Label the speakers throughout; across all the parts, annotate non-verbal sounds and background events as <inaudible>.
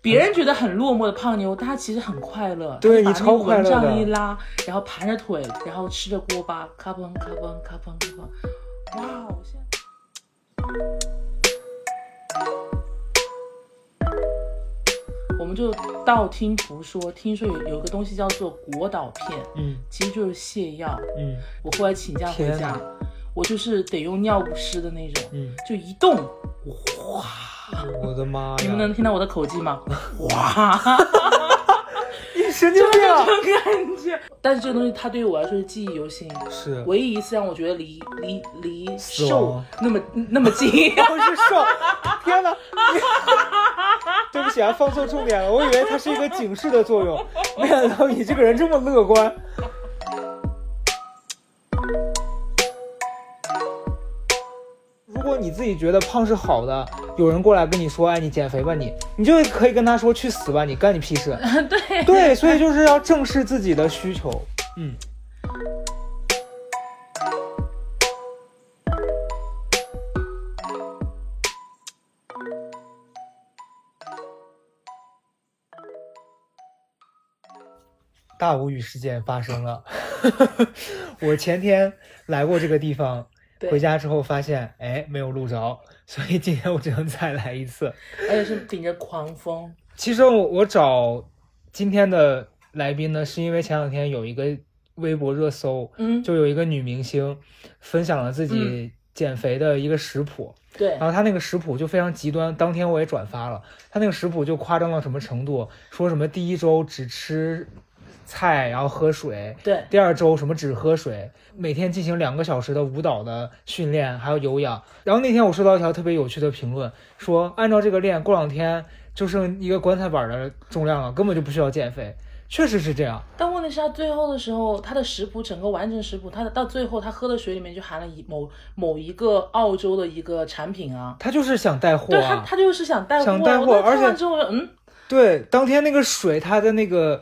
Speaker 1: 别人觉得很落寞的胖妞，但她其实很快乐。
Speaker 2: 对
Speaker 1: 她把
Speaker 2: 你超
Speaker 1: 那个
Speaker 2: 快
Speaker 1: 蚊
Speaker 2: 乐的
Speaker 1: 帐一拉，然后盘着腿，然后吃着锅巴，咔嘣咔嘣咔嘣咔嘣。哇，我现在我们就道听途说，听说有有一个东西叫做果导片，
Speaker 2: 嗯
Speaker 1: 其实就是泻药。
Speaker 2: 嗯
Speaker 1: 我后来请假回
Speaker 2: 天
Speaker 1: 家
Speaker 2: 哪，
Speaker 1: 我就是得用尿不湿的那种，
Speaker 2: 嗯，
Speaker 1: 就一动，
Speaker 2: 我的妈
Speaker 1: 你们能
Speaker 2: 呀！
Speaker 1: 听到我的口技吗？哇，
Speaker 2: 你神经病啊！
Speaker 1: 感觉。但是这个东西它对于我来说是记忆犹新，
Speaker 2: 是，
Speaker 1: 唯一一次让我觉得离离离
Speaker 2: 死
Speaker 1: 瘦
Speaker 2: 亡
Speaker 1: 那么那么
Speaker 2: <laughs>
Speaker 1: 近。
Speaker 2: 不是瘦，天哪！ <laughs> 你对不起啊，放错重点了，我以为它是一个警示的作用，没想到你这个人这么乐观。如果你自己觉得胖是好的，有人过来跟你说，哎，你减肥吧你，你就可以跟他说去死吧你，干你屁事。 <laughs> 对对，所以就是要正视自己的需求。嗯，大无语事件发生了。 <laughs> 我前天来过这个地方，
Speaker 1: 对
Speaker 2: 回家之后发现，哎，没有录着，所以今天我只能再来一次。
Speaker 1: 而且是顶着狂风，
Speaker 2: 其实我我找今天的来宾呢，是因为前两天有一个微博热搜，
Speaker 1: 嗯，
Speaker 2: 就有一个女明星分享了自己减肥的一个食谱，
Speaker 1: 对
Speaker 2: 然，后她那个食谱就非常极端，当天我也转发了。她那个食谱就夸张到什么程度，说什么第一周只吃菜，然后喝水，
Speaker 1: 对，
Speaker 2: 第二周什么只喝水，每天进行两个小时的舞蹈的训练，还有有氧。然后那天我收到一条特别有趣的评论，说按照这个练，过两天就剩一个棺材板的重量了，根本就不需要减肥。确实是这样，
Speaker 1: 但问题是，他最后的时候，他的食谱整个完整食谱，他的到最后他喝的水里面就含了一某某一个澳洲的一个产品啊。
Speaker 2: 他就是想带货
Speaker 1: 对他，
Speaker 2: 啊。
Speaker 1: 他就是想带货啊。
Speaker 2: 想带货
Speaker 1: 我当时看
Speaker 2: 而
Speaker 1: 完
Speaker 2: 且
Speaker 1: 之后，我说嗯，
Speaker 2: 对，当天那个水，他的那个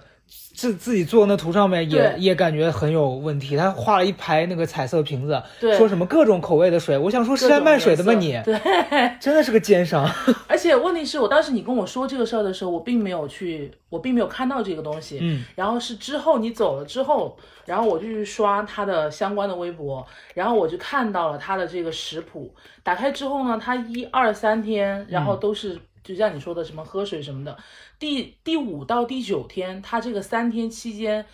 Speaker 2: 自自己做的那图上面也
Speaker 1: 对
Speaker 2: 也感觉很有问题。他画了一排那个彩色瓶子，
Speaker 1: 对，
Speaker 2: 说什么各种口味的水，我想说是在卖水的吗
Speaker 1: 各种
Speaker 2: 你？
Speaker 1: 颜色对，
Speaker 2: 真的是个奸商。
Speaker 1: <laughs> 而且问题是我当时你跟我说这个事儿的时候，我并没有去，我并没有看到这个东西。
Speaker 2: 嗯，
Speaker 1: 然后是之后你走了之后，然后我就去刷他的相关的微博，然后我就看到了他的这个食谱。打开之后呢，他一二三天，然
Speaker 2: 嗯
Speaker 1: 后都是、就像你说的什么喝水什么的。第第五到第九天，他这个三天期间，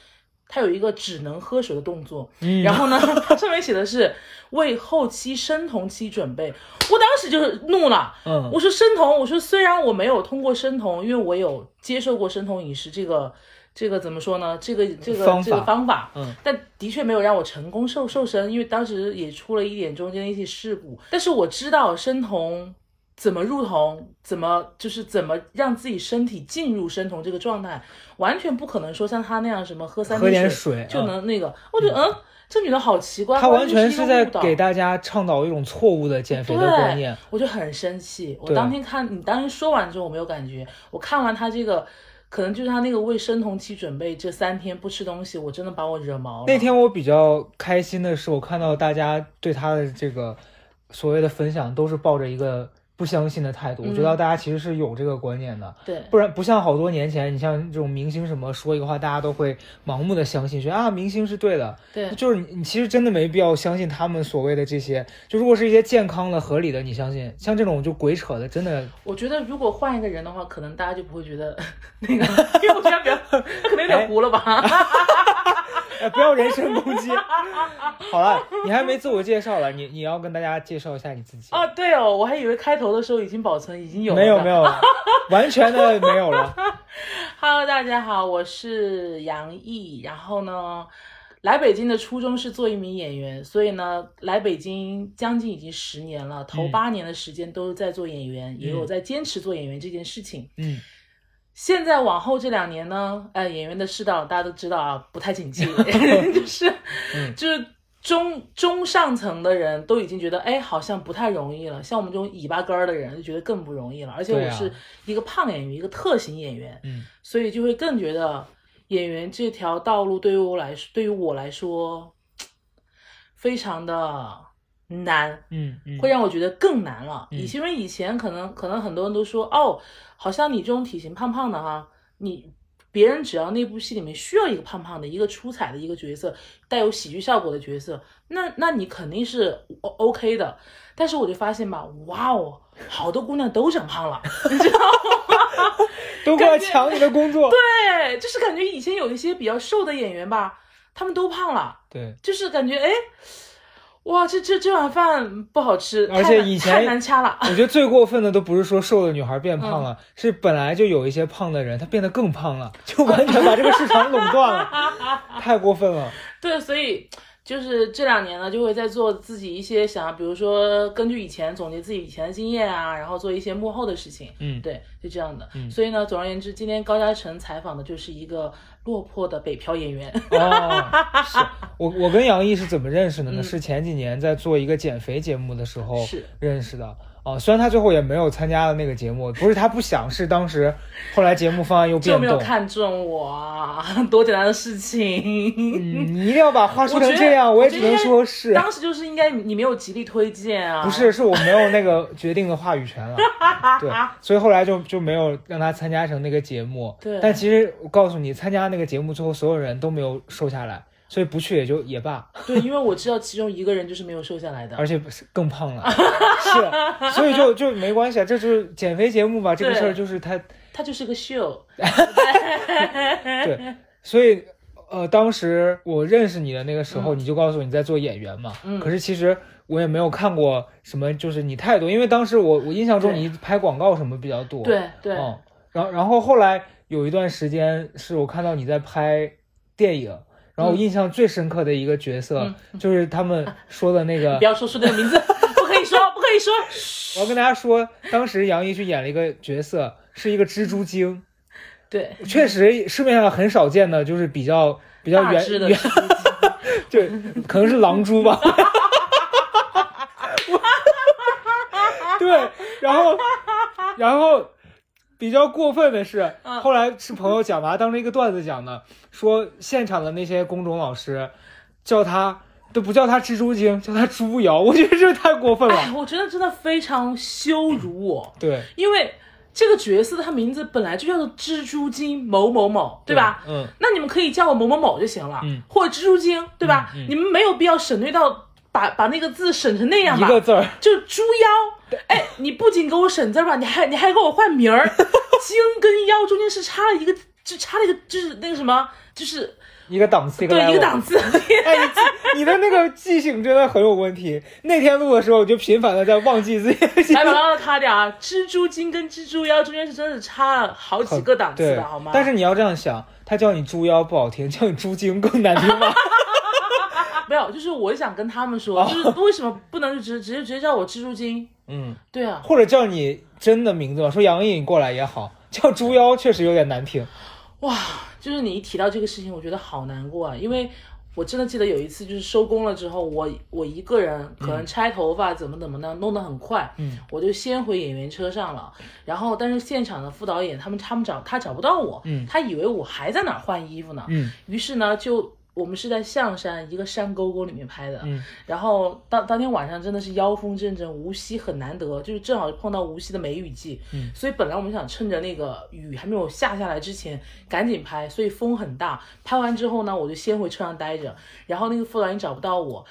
Speaker 1: 他有一个只能喝水的动作。<laughs>
Speaker 2: 嗯
Speaker 1: 然后呢，它上面写的是为后期生酮期准备。我当时就是怒了。
Speaker 2: 嗯
Speaker 1: 我说生酮，我说虽然我没有通过生酮，因为我有接受过生酮饮食这个这个怎么说呢？这个这个
Speaker 2: 方法
Speaker 1: 这个方法，
Speaker 2: 嗯，
Speaker 1: 但的确没有让我成功瘦瘦身，因为当时也出了一点中间的一些事故。但是我知道生酮怎么入酮，怎么就是怎么让自己身体进入生酮这个状态，完全不可能说像他那样什么喝三
Speaker 2: 喝点
Speaker 1: 杯
Speaker 2: 水
Speaker 1: 就
Speaker 2: 嗯
Speaker 1: 能那个。我觉得嗯，这女的好奇怪，
Speaker 2: 他完全
Speaker 1: 是
Speaker 2: 是
Speaker 1: 一个
Speaker 2: 在
Speaker 1: 误导
Speaker 2: 给大家倡导一种错误的减肥的观念。
Speaker 1: 我就很生气。我
Speaker 2: 对
Speaker 1: 当天看你当天说完之后，我没有感觉。我看完他这个，可能就是他那个为生酮期准备这三天不吃东西，我真的把我惹毛了。
Speaker 2: 那天我比较开心的是，我看到大家对他的这个所谓的分享都是抱着一个不相信的态度。我
Speaker 1: 嗯
Speaker 2: 觉得大家其实是有这个观念的，
Speaker 1: 对
Speaker 2: 不然不像好多年前，你像这种明星什么说一个话，大家都会盲目的相信，觉得啊明星是对的。
Speaker 1: 对
Speaker 2: 就是你你其实真的没必要相信他们所谓的这些。就如果是一些健康的、合理的，你相信；像这种就鬼扯的，真的
Speaker 1: 我觉得如果换一个人的话，可能大家就不会觉得 <laughs> 那个，因为我觉得比较， <laughs> 他可能有点糊了吧？ <laughs>
Speaker 2: 哎，不要人身攻击。 <laughs> 好了，你还没自我介绍了，你你要跟大家介绍一下你自己。
Speaker 1: 啊，对哦，我还以为开头的时候已经保存已经有了
Speaker 2: 没有
Speaker 1: 呢
Speaker 2: 没。有，
Speaker 1: <laughs>
Speaker 2: 完全的没有了。
Speaker 1: Hello，大家好，我是杨毅。然后呢，来北京的初衷是做一名演员，所以呢，来北京将近已经十年了，头
Speaker 2: 嗯
Speaker 1: 八年的时间都是在做演员，也有
Speaker 2: 嗯
Speaker 1: 在坚持做演员这件事情。
Speaker 2: 嗯，
Speaker 1: 现在往后这两年呢，呃，演员的世道大家都知道啊，不太
Speaker 2: <laughs>
Speaker 1: 景气，就是、<laughs>
Speaker 2: 嗯
Speaker 1: 就是中中上层的人都已经觉得，哎，好像不太容易了。像我们这种尾巴根儿的人就觉得更不容易了。而且
Speaker 2: 对
Speaker 1: 我
Speaker 2: 啊
Speaker 1: 是一个胖演员，一个特型演员，
Speaker 2: 嗯，
Speaker 1: 所以就会更觉得演员这条道路对于我来说，对于我来说，非常的难，
Speaker 2: 嗯嗯，
Speaker 1: 会让我觉得更难了。
Speaker 2: 嗯
Speaker 1: 以因为以前可能可能很多人都说，哦，好像你这种体型胖胖的哈，你别人只要那部戏里面需要一个胖胖的、一个出彩的一个角色，带有喜剧效果的角色，那那你肯定是 O OK 的。但是我就发现吧，哇哦，好多姑娘都长胖了。
Speaker 2: 都过来抢你的工作。
Speaker 1: 对，哎就是感觉以前有一些比较瘦的演员吧，他们都胖了，
Speaker 2: 对，
Speaker 1: 就是感觉哎，哇，这这这碗饭不好吃，
Speaker 2: 而
Speaker 1: 太
Speaker 2: 且
Speaker 1: 难
Speaker 2: 以
Speaker 1: 太
Speaker 2: 前
Speaker 1: 难掐了。 <laughs>
Speaker 2: 我觉得最过分的都不是说瘦的女孩变胖
Speaker 1: 嗯
Speaker 2: 了，是本来就有一些胖的人，他变得更胖了，就完全把这个市场垄断了，
Speaker 1: <laughs>
Speaker 2: 太过分了。
Speaker 1: 对，所以就是这两年呢，就会在做自己一些想要，比如说根据以前总结自己以前的经验啊，然后做一些幕后的事情。
Speaker 2: 嗯
Speaker 1: 对，就这样的。
Speaker 2: 嗯
Speaker 1: 所以呢，总而言之，今天高嘉诚采访的就是一个落魄的北漂演员。 <laughs>
Speaker 2: 哦，是我我跟杨毅是怎么认识的呢？
Speaker 1: 嗯
Speaker 2: 是前几年在做一个减肥节目的时候
Speaker 1: 是
Speaker 2: 认识的。哦，虽然他最后也没有参加了那个节目，不是他不想，是当时后来节目方案又
Speaker 1: 就
Speaker 2: 变
Speaker 1: 没有
Speaker 2: 动。
Speaker 1: 看中我啊， <laughs> 多简单的事情。
Speaker 2: 嗯，你一定要把话说
Speaker 1: 我觉得
Speaker 2: 成这样，
Speaker 1: 我
Speaker 2: 也
Speaker 1: 觉
Speaker 2: 只
Speaker 1: 得
Speaker 2: 能
Speaker 1: 应该
Speaker 2: 说是。
Speaker 1: 当时就是应该你没有极力推荐啊，
Speaker 2: 不是，是我没有那个决定的话语权了，
Speaker 1: <laughs>
Speaker 2: 对，所以后来就就没有让他参加成那个节目。
Speaker 1: 对
Speaker 2: 但其实我告诉你，参加那个节目最后，所有人都没有瘦下来，所以不去也就也罢，
Speaker 1: 对，因为我知道其中一个人就是没有瘦下来的。
Speaker 2: 而且是更胖了，是，所以就就没关系啊，这就是减肥节目吧，这个事儿
Speaker 1: 对
Speaker 2: 就是他
Speaker 1: 他就是个
Speaker 2: 哦
Speaker 1: 秀，
Speaker 2: 对，所以呃，当时我认识你的那个时候，你就告诉我你在做演员嘛。
Speaker 1: 嗯
Speaker 2: 可是其实我也没有看过什么，就是你太多，因为当时我我印象中
Speaker 1: 对
Speaker 2: 你拍广告什么比较多。
Speaker 1: 对对
Speaker 2: 嗯，然后然后后来有一段时间是我看到你在拍电影。然后我
Speaker 1: 嗯
Speaker 2: 印象最深刻的一个角色，
Speaker 1: 嗯
Speaker 2: 就是他们说的那个，
Speaker 1: 不要说出那个名字， <laughs> 不可以说，不可以说。嘘
Speaker 2: 我要跟大家说，当时杨毅去演了一个角色，是一个蜘蛛精，
Speaker 1: 对，
Speaker 2: 确实市面上很少见的，就是比较比较
Speaker 1: 大
Speaker 2: 原
Speaker 1: 只的
Speaker 2: 原，对，
Speaker 1: <laughs>
Speaker 2: 可能是狼蛛吧。我对，然后，然后比较过分的是，
Speaker 1: 嗯
Speaker 2: 后来是朋友讲吧，当成一个段子讲的，说现场的那些工种老师叫他都不叫他蜘蛛精，叫他猪瑶，我觉得这太过分了。
Speaker 1: 哎，我觉得真的非常羞辱我，
Speaker 2: 对，
Speaker 1: 因为这个角色他名字本来就叫做蜘蛛精某某某，对吧？？
Speaker 2: 嗯，
Speaker 1: 那你们可以叫我某某某就行了，
Speaker 2: 嗯
Speaker 1: 或者蜘蛛精，对吧？
Speaker 2: 嗯嗯
Speaker 1: 你们没有必要省略到把把那个字省成那样
Speaker 2: 一
Speaker 1: 吧？
Speaker 2: 个字儿，
Speaker 1: 就猪腰，哎，你不仅给我省字儿吧，你还你还给我换名
Speaker 2: <laughs>
Speaker 1: 儿，精跟腰中间是差了一个，就差了一个，就是那个什么，就是
Speaker 2: 一个档次，一个
Speaker 1: 对一
Speaker 2: level
Speaker 1: 个档
Speaker 2: <laughs>
Speaker 1: 次。
Speaker 2: 哎，你记你的那个记性真的很有问题。那天录的时候，我就频繁的在忘记自己的记
Speaker 1: 来把
Speaker 2: 性。
Speaker 1: 它卡掉啊！蜘蛛精跟蜘蛛腰中间是真的差了好几个档次
Speaker 2: 对
Speaker 1: 的，好吗？
Speaker 2: 但是你要这样想，他叫你猪腰不好听，叫你猪精更难听
Speaker 1: <laughs>
Speaker 2: 吧？
Speaker 1: 啊没有，就是我想跟他们
Speaker 2: 哦
Speaker 1: 说，就是为什么不能就直直接直接叫我蜘蛛精？
Speaker 2: 嗯，
Speaker 1: 对啊，
Speaker 2: 或者叫你真的名字吧，说杨毅你过来也好，叫猪腰确实有点难听。
Speaker 1: 哇，就是你一提到这个事情，我觉得好难过啊，因为我真的记得有一次，就是收工了之后，我我一个人可能拆头发怎么怎么的，弄得很快，
Speaker 2: 嗯，
Speaker 1: 我就先回演员车上了。然后，但是现场的副导演他们他们找他找不到我，
Speaker 2: 嗯
Speaker 1: 他以为我还在哪儿换衣服呢，
Speaker 2: 嗯
Speaker 1: 于是呢就。我们是在象山一个山沟沟里面拍的，
Speaker 2: 嗯
Speaker 1: 然后当当天晚上真的是妖风阵阵，无锡很难得，就是正好碰到无锡的梅雨季，
Speaker 2: 嗯
Speaker 1: 所以本来我们想趁着那个雨还没有下下来之前赶紧拍，所以风很大。拍完之后呢，我就先回车上待着，然后那个副导演找不到我。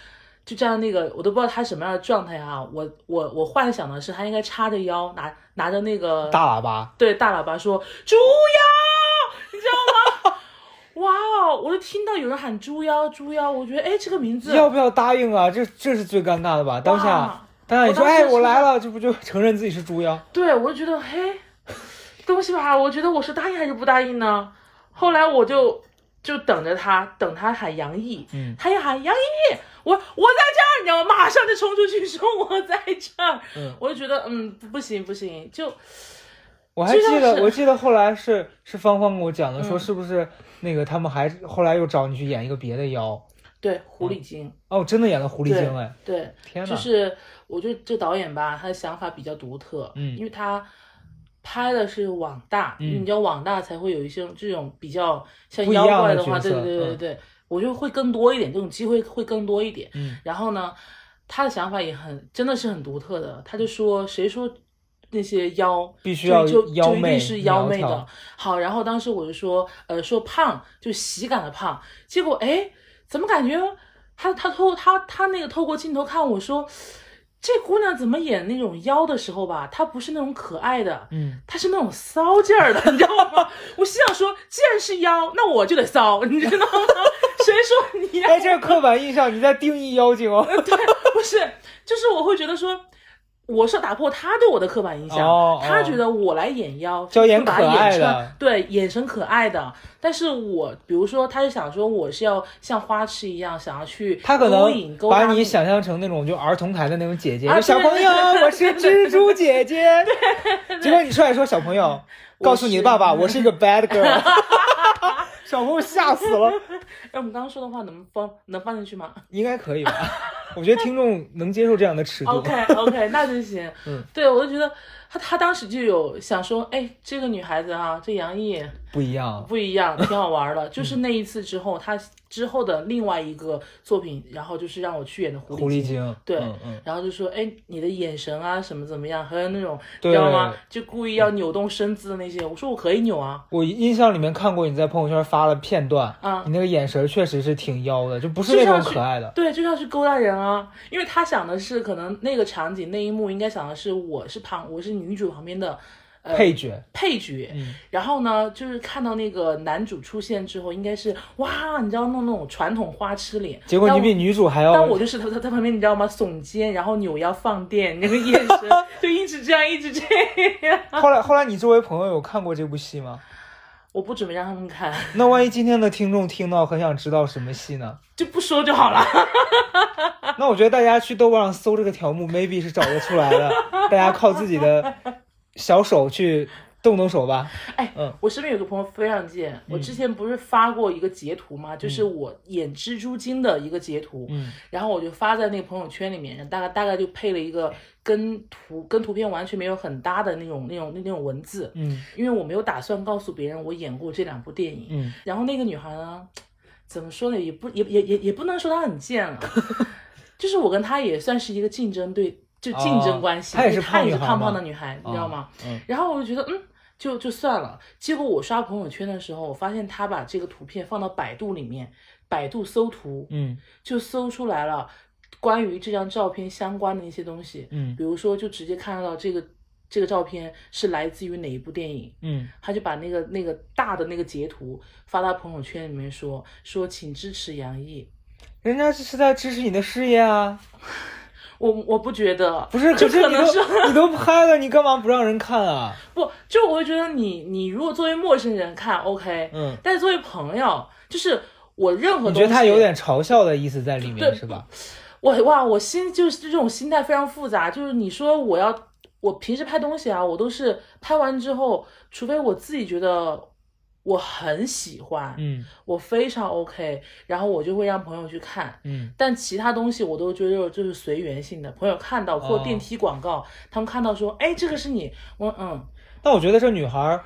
Speaker 1: 就站在那个，我都不知道他什么样的状态啊！我我我幻想的是他应该叉着腰，拿拿着那个
Speaker 2: 大喇叭，
Speaker 1: 对大喇叭说“猪腰”，你知
Speaker 2: <laughs>
Speaker 1: 道吗？哇哦！我就听到有人喊“猪腰”，“猪腰”，我觉得哎，这个名字
Speaker 2: 要不要答应啊？这这是最尴尬的吧？当下
Speaker 1: 哇，
Speaker 2: 当下你说，
Speaker 1: 我当时
Speaker 2: 哎，我
Speaker 1: 是
Speaker 2: 来了，这不就承认自己是猪腰？
Speaker 1: 对，我就觉得嘿，东西吧，我觉得我是答应还是不答应呢？后来我就就等着他，等他喊杨毅，
Speaker 2: 嗯
Speaker 1: 他一喊杨毅，我我在这儿，你知道吗？马上就冲出去说我在这儿，
Speaker 2: 嗯
Speaker 1: 我就觉得嗯不不行不行，就
Speaker 2: 我还
Speaker 1: 就
Speaker 2: 记
Speaker 1: 像
Speaker 2: 得，
Speaker 1: 是
Speaker 2: 我记得后来是是芳芳跟我讲的，说
Speaker 1: 嗯
Speaker 2: 是不是那个他们还后来又找你去演一个别的妖？
Speaker 1: 对狐狸精，
Speaker 2: 哦，真的演了狐狸精哎！
Speaker 1: 对，
Speaker 2: 天哪，
Speaker 1: 就是我觉得这导演吧，他的想法比较独特，
Speaker 2: 嗯
Speaker 1: 因为他拍的是网大，
Speaker 2: 嗯
Speaker 1: 你知道网大才会有一些这种比较像
Speaker 2: 不一
Speaker 1: 妖
Speaker 2: 样
Speaker 1: 怪
Speaker 2: 的
Speaker 1: 话，
Speaker 2: 角
Speaker 1: 对
Speaker 2: 色
Speaker 1: 对对对
Speaker 2: 嗯
Speaker 1: 对，我觉得会更多一点，这种机会会更多一点。
Speaker 2: 嗯
Speaker 1: 然后呢，他的想法也很真的是很独特的，他就说谁说那些腰
Speaker 2: 必须要
Speaker 1: 就就
Speaker 2: 腰
Speaker 1: 就一
Speaker 2: 妹
Speaker 1: 定是妖媚
Speaker 2: 苗
Speaker 1: 的
Speaker 2: 条。
Speaker 1: 好，然后当时我就说，呃，说胖就喜感的胖，结果哎，怎么感觉他他透他他那个透过镜头看我说，这姑娘怎么演那种妖的时候吧，她不是那种可爱的， <laughs>
Speaker 2: 嗯，
Speaker 1: 她是那种骚劲儿的，你知道吗？ <laughs> 我心想说，既然是妖，那我就得骚，你知道吗？ <laughs> 谁说你要
Speaker 2: 哎，这是刻板印象，你在定义妖精哦。
Speaker 1: 不是，就是我会觉得说，我是要打破他对我的刻板印象，
Speaker 2: 哦哦
Speaker 1: 他觉得我来演妖，
Speaker 2: 就要演
Speaker 1: 是把
Speaker 2: 可
Speaker 1: 它
Speaker 2: 爱
Speaker 1: 演
Speaker 2: 的
Speaker 1: 成对，眼神可爱的。但是我比如说，他是想说我是要像花痴一样，想要去
Speaker 2: 他可
Speaker 1: 勾引
Speaker 2: 能
Speaker 1: 勾
Speaker 2: 把
Speaker 1: 搭
Speaker 2: 你想象成那种就儿童台的那种姐姐，
Speaker 1: 啊
Speaker 2: 就小
Speaker 1: 对
Speaker 2: 朋友，我是蜘蛛姐姐。结果你出来说小朋友，告诉你的爸爸，我是一个
Speaker 1: <laughs>
Speaker 2: bad girl。小朋友吓死了，
Speaker 1: 哎，我们刚刚说的话能放能放进去
Speaker 2: <laughs>
Speaker 1: 吗
Speaker 2: 应该可以吧？我觉得听众能接受这样的尺度。
Speaker 1: ？OK OK，那就行。
Speaker 2: <laughs> 嗯，
Speaker 1: 对我就觉得他他当时就有想说，哎，这个女孩子啊，这杨毅。
Speaker 2: 不一样，
Speaker 1: 不一样，挺好
Speaker 2: <laughs>
Speaker 1: 玩的。就是那一次之后，他之后的另外一个作品，然后就是让我去演的狐
Speaker 2: 狐狸
Speaker 1: 狸精，
Speaker 2: 精。
Speaker 1: 对
Speaker 2: 嗯嗯，
Speaker 1: 然后就说，哎，你的眼神啊，什么怎么样，还有那种，
Speaker 2: 对
Speaker 1: 知道吗？就故意要扭动身姿的那些，我说我可以扭啊，
Speaker 2: 我印象里面看过你在朋友圈发了片段，
Speaker 1: 啊
Speaker 2: 你那个眼神确实是挺妖的，就不是
Speaker 1: 就
Speaker 2: 那种
Speaker 1: 像
Speaker 2: 可爱的。
Speaker 1: 对，就像是勾搭人啊，因为他想的是，可能那个场景那一幕应该想的是，我是旁，我是女主旁边的。呃
Speaker 2: 配角，
Speaker 1: 配角，
Speaker 2: 嗯
Speaker 1: 然后呢，就是看到那个男主出现之后，应该是哇，你知道弄那种传统花痴脸，
Speaker 2: 结果
Speaker 1: 但
Speaker 2: 你
Speaker 1: 我
Speaker 2: 比女主还要
Speaker 1: 但我就是他他他旁边，你知道吗？耸肩，然后扭腰放电，那个眼
Speaker 2: <laughs>
Speaker 1: 神就一直这样，一直这样。
Speaker 2: 后来后来，你周围朋友有看过这部戏吗？
Speaker 1: 我不准备让他们看，
Speaker 2: 那万一今天的听众听到很想知道什么戏呢？
Speaker 1: 就不说就好了。
Speaker 2: 那我觉得大家去豆瓣上搜这个条目，maybe 是找得出来的。大家靠自己的小手去动动手吧。
Speaker 1: <laughs> 我身边有个朋友非常贱，
Speaker 2: 嗯
Speaker 1: 我之前不是发过一个截图吗？就是我演蜘蛛精的一个截图，
Speaker 2: 嗯
Speaker 1: 然后我就发在那个朋友圈里面，大概大概就配了一个跟图跟图片完全没有很搭的那种那种那种文字，
Speaker 2: 嗯
Speaker 1: 因为我没有打算告诉别人我演过这两部电影。
Speaker 2: 嗯，
Speaker 1: 然后那个女孩呢，怎么说呢，也不也也也也不能说她很贱
Speaker 2: <laughs>
Speaker 1: 了，就是我跟她也算是一个竞争对，就竞争关系，
Speaker 2: 哦她也是
Speaker 1: 因为她也是胖
Speaker 2: 胖女孩吗
Speaker 1: 胖的女孩，你知道吗？
Speaker 2: 嗯
Speaker 1: 然后我就觉得嗯。就就算了，结果我刷朋友圈的时候，我发现她把这个图片放到百度里面，百度搜图，
Speaker 2: 嗯
Speaker 1: 就搜出来了关于这张照片相关的一些东西，
Speaker 2: 嗯
Speaker 1: 比如说就直接看到这个这个照片是来自于哪一部电影，
Speaker 2: 嗯，
Speaker 1: 他就把那个那个大的那个截图发到朋友圈里面说说，请支持杨毅。
Speaker 2: 人家是在支持你的事业啊，
Speaker 1: 我我不觉得，
Speaker 2: 不是？
Speaker 1: 就
Speaker 2: 可是
Speaker 1: 可
Speaker 2: 你
Speaker 1: 能是嗯
Speaker 2: 都 <laughs> 你都拍了，你干嘛不让人看啊？
Speaker 1: 不，就我会觉得你你如果作为陌生人看 OK，
Speaker 2: 嗯，
Speaker 1: 但是作为朋友，就是我任何
Speaker 2: 你
Speaker 1: 东西，
Speaker 2: 觉得他有点嘲笑的意思在里面
Speaker 1: 对
Speaker 2: 是
Speaker 1: <laughs>
Speaker 2: 吧？
Speaker 1: 我哇，我心就是这种心态非常复杂，就是你说我要我平时拍东西啊，我都是拍完之后，除非我自己觉得我很喜欢，
Speaker 2: 嗯
Speaker 1: 我非常 OK，然后我就会让朋友去看。
Speaker 2: 嗯
Speaker 1: 但其他东西我都觉得就是随缘性的，朋友看到或
Speaker 2: 哦
Speaker 1: 电梯广告，他们看到说，哎，这个是你，我嗯，
Speaker 2: 但我觉得这女孩儿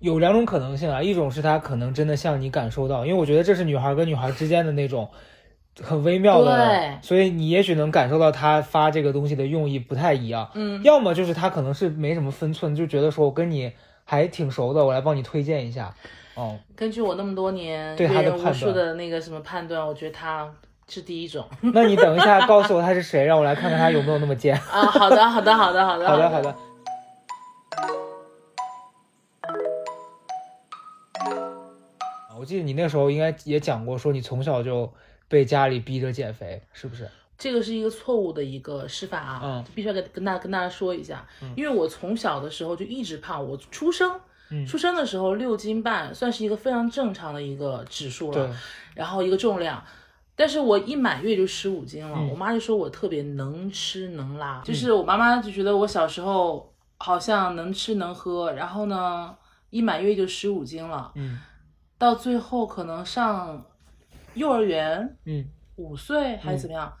Speaker 2: 有两种可能性啊，一种是她可能真的向你感受到，因为我觉得这是女孩儿跟女孩儿之间的那种很微妙的
Speaker 1: 对，
Speaker 2: 所以你也许能感受到她发这个东西的用意不太一样。
Speaker 1: 嗯，
Speaker 2: 要么就是她可能是没什么分寸，就觉得说我跟你还挺熟的，我来帮你推荐一下。哦，
Speaker 1: 根据我那么多年
Speaker 2: 对
Speaker 1: 阅
Speaker 2: 他的
Speaker 1: 人无
Speaker 2: 判
Speaker 1: 数
Speaker 2: 断
Speaker 1: 的那个什么判断，我觉得他是第一种
Speaker 2: 那你等一下告诉我她是谁，让我来看看她有没有那么贱。
Speaker 1: 啊。好的，好的，好的，好的，
Speaker 2: 好的，好的。啊我记得你那时候应该也讲过，说你从小就被家里逼着减肥，是不是？
Speaker 1: 这个是一个错误的一个示范啊，
Speaker 2: 嗯
Speaker 1: 必须要跟跟大跟大家说一下，因为我从小的时候就一直胖，我出生。
Speaker 2: 嗯
Speaker 1: 出生的时候六斤半算是一个非常正常的一个指数
Speaker 2: 对
Speaker 1: 了，，然后一个重量，但是我一满月就十五斤了，
Speaker 2: 嗯
Speaker 1: 我妈就说我特别能吃能拉，就是我妈妈就觉得我小时候好像能吃能喝，然后呢一满月就十五斤了，
Speaker 2: 嗯
Speaker 1: 到最后可能上幼儿园
Speaker 2: 嗯
Speaker 1: 五岁还是怎么样，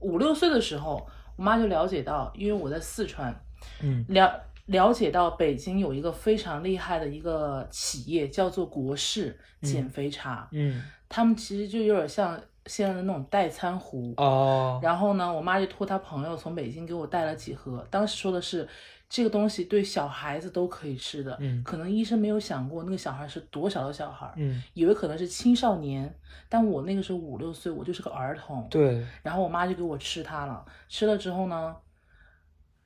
Speaker 1: 五六岁的时候，我妈就了解到，因为我在四川，
Speaker 2: 嗯
Speaker 1: 了了解到北京有一个非常厉害的一个企业叫做国氏减肥茶，
Speaker 2: 嗯
Speaker 1: 他们其实就有点像先生的那种代餐壶。
Speaker 2: 哦，
Speaker 1: 然后呢，我妈就托她朋友从北京给我带了几盒，当时说的是这个东西对小孩子都可以吃的，
Speaker 2: 嗯
Speaker 1: 可能医生没有想过那个小孩是多少的小孩，
Speaker 2: 嗯，
Speaker 1: 以为可能是青少年，但我那个时候五六岁，我就是个儿童。
Speaker 2: 对，
Speaker 1: 然后我妈就给我吃它了，吃了之后呢，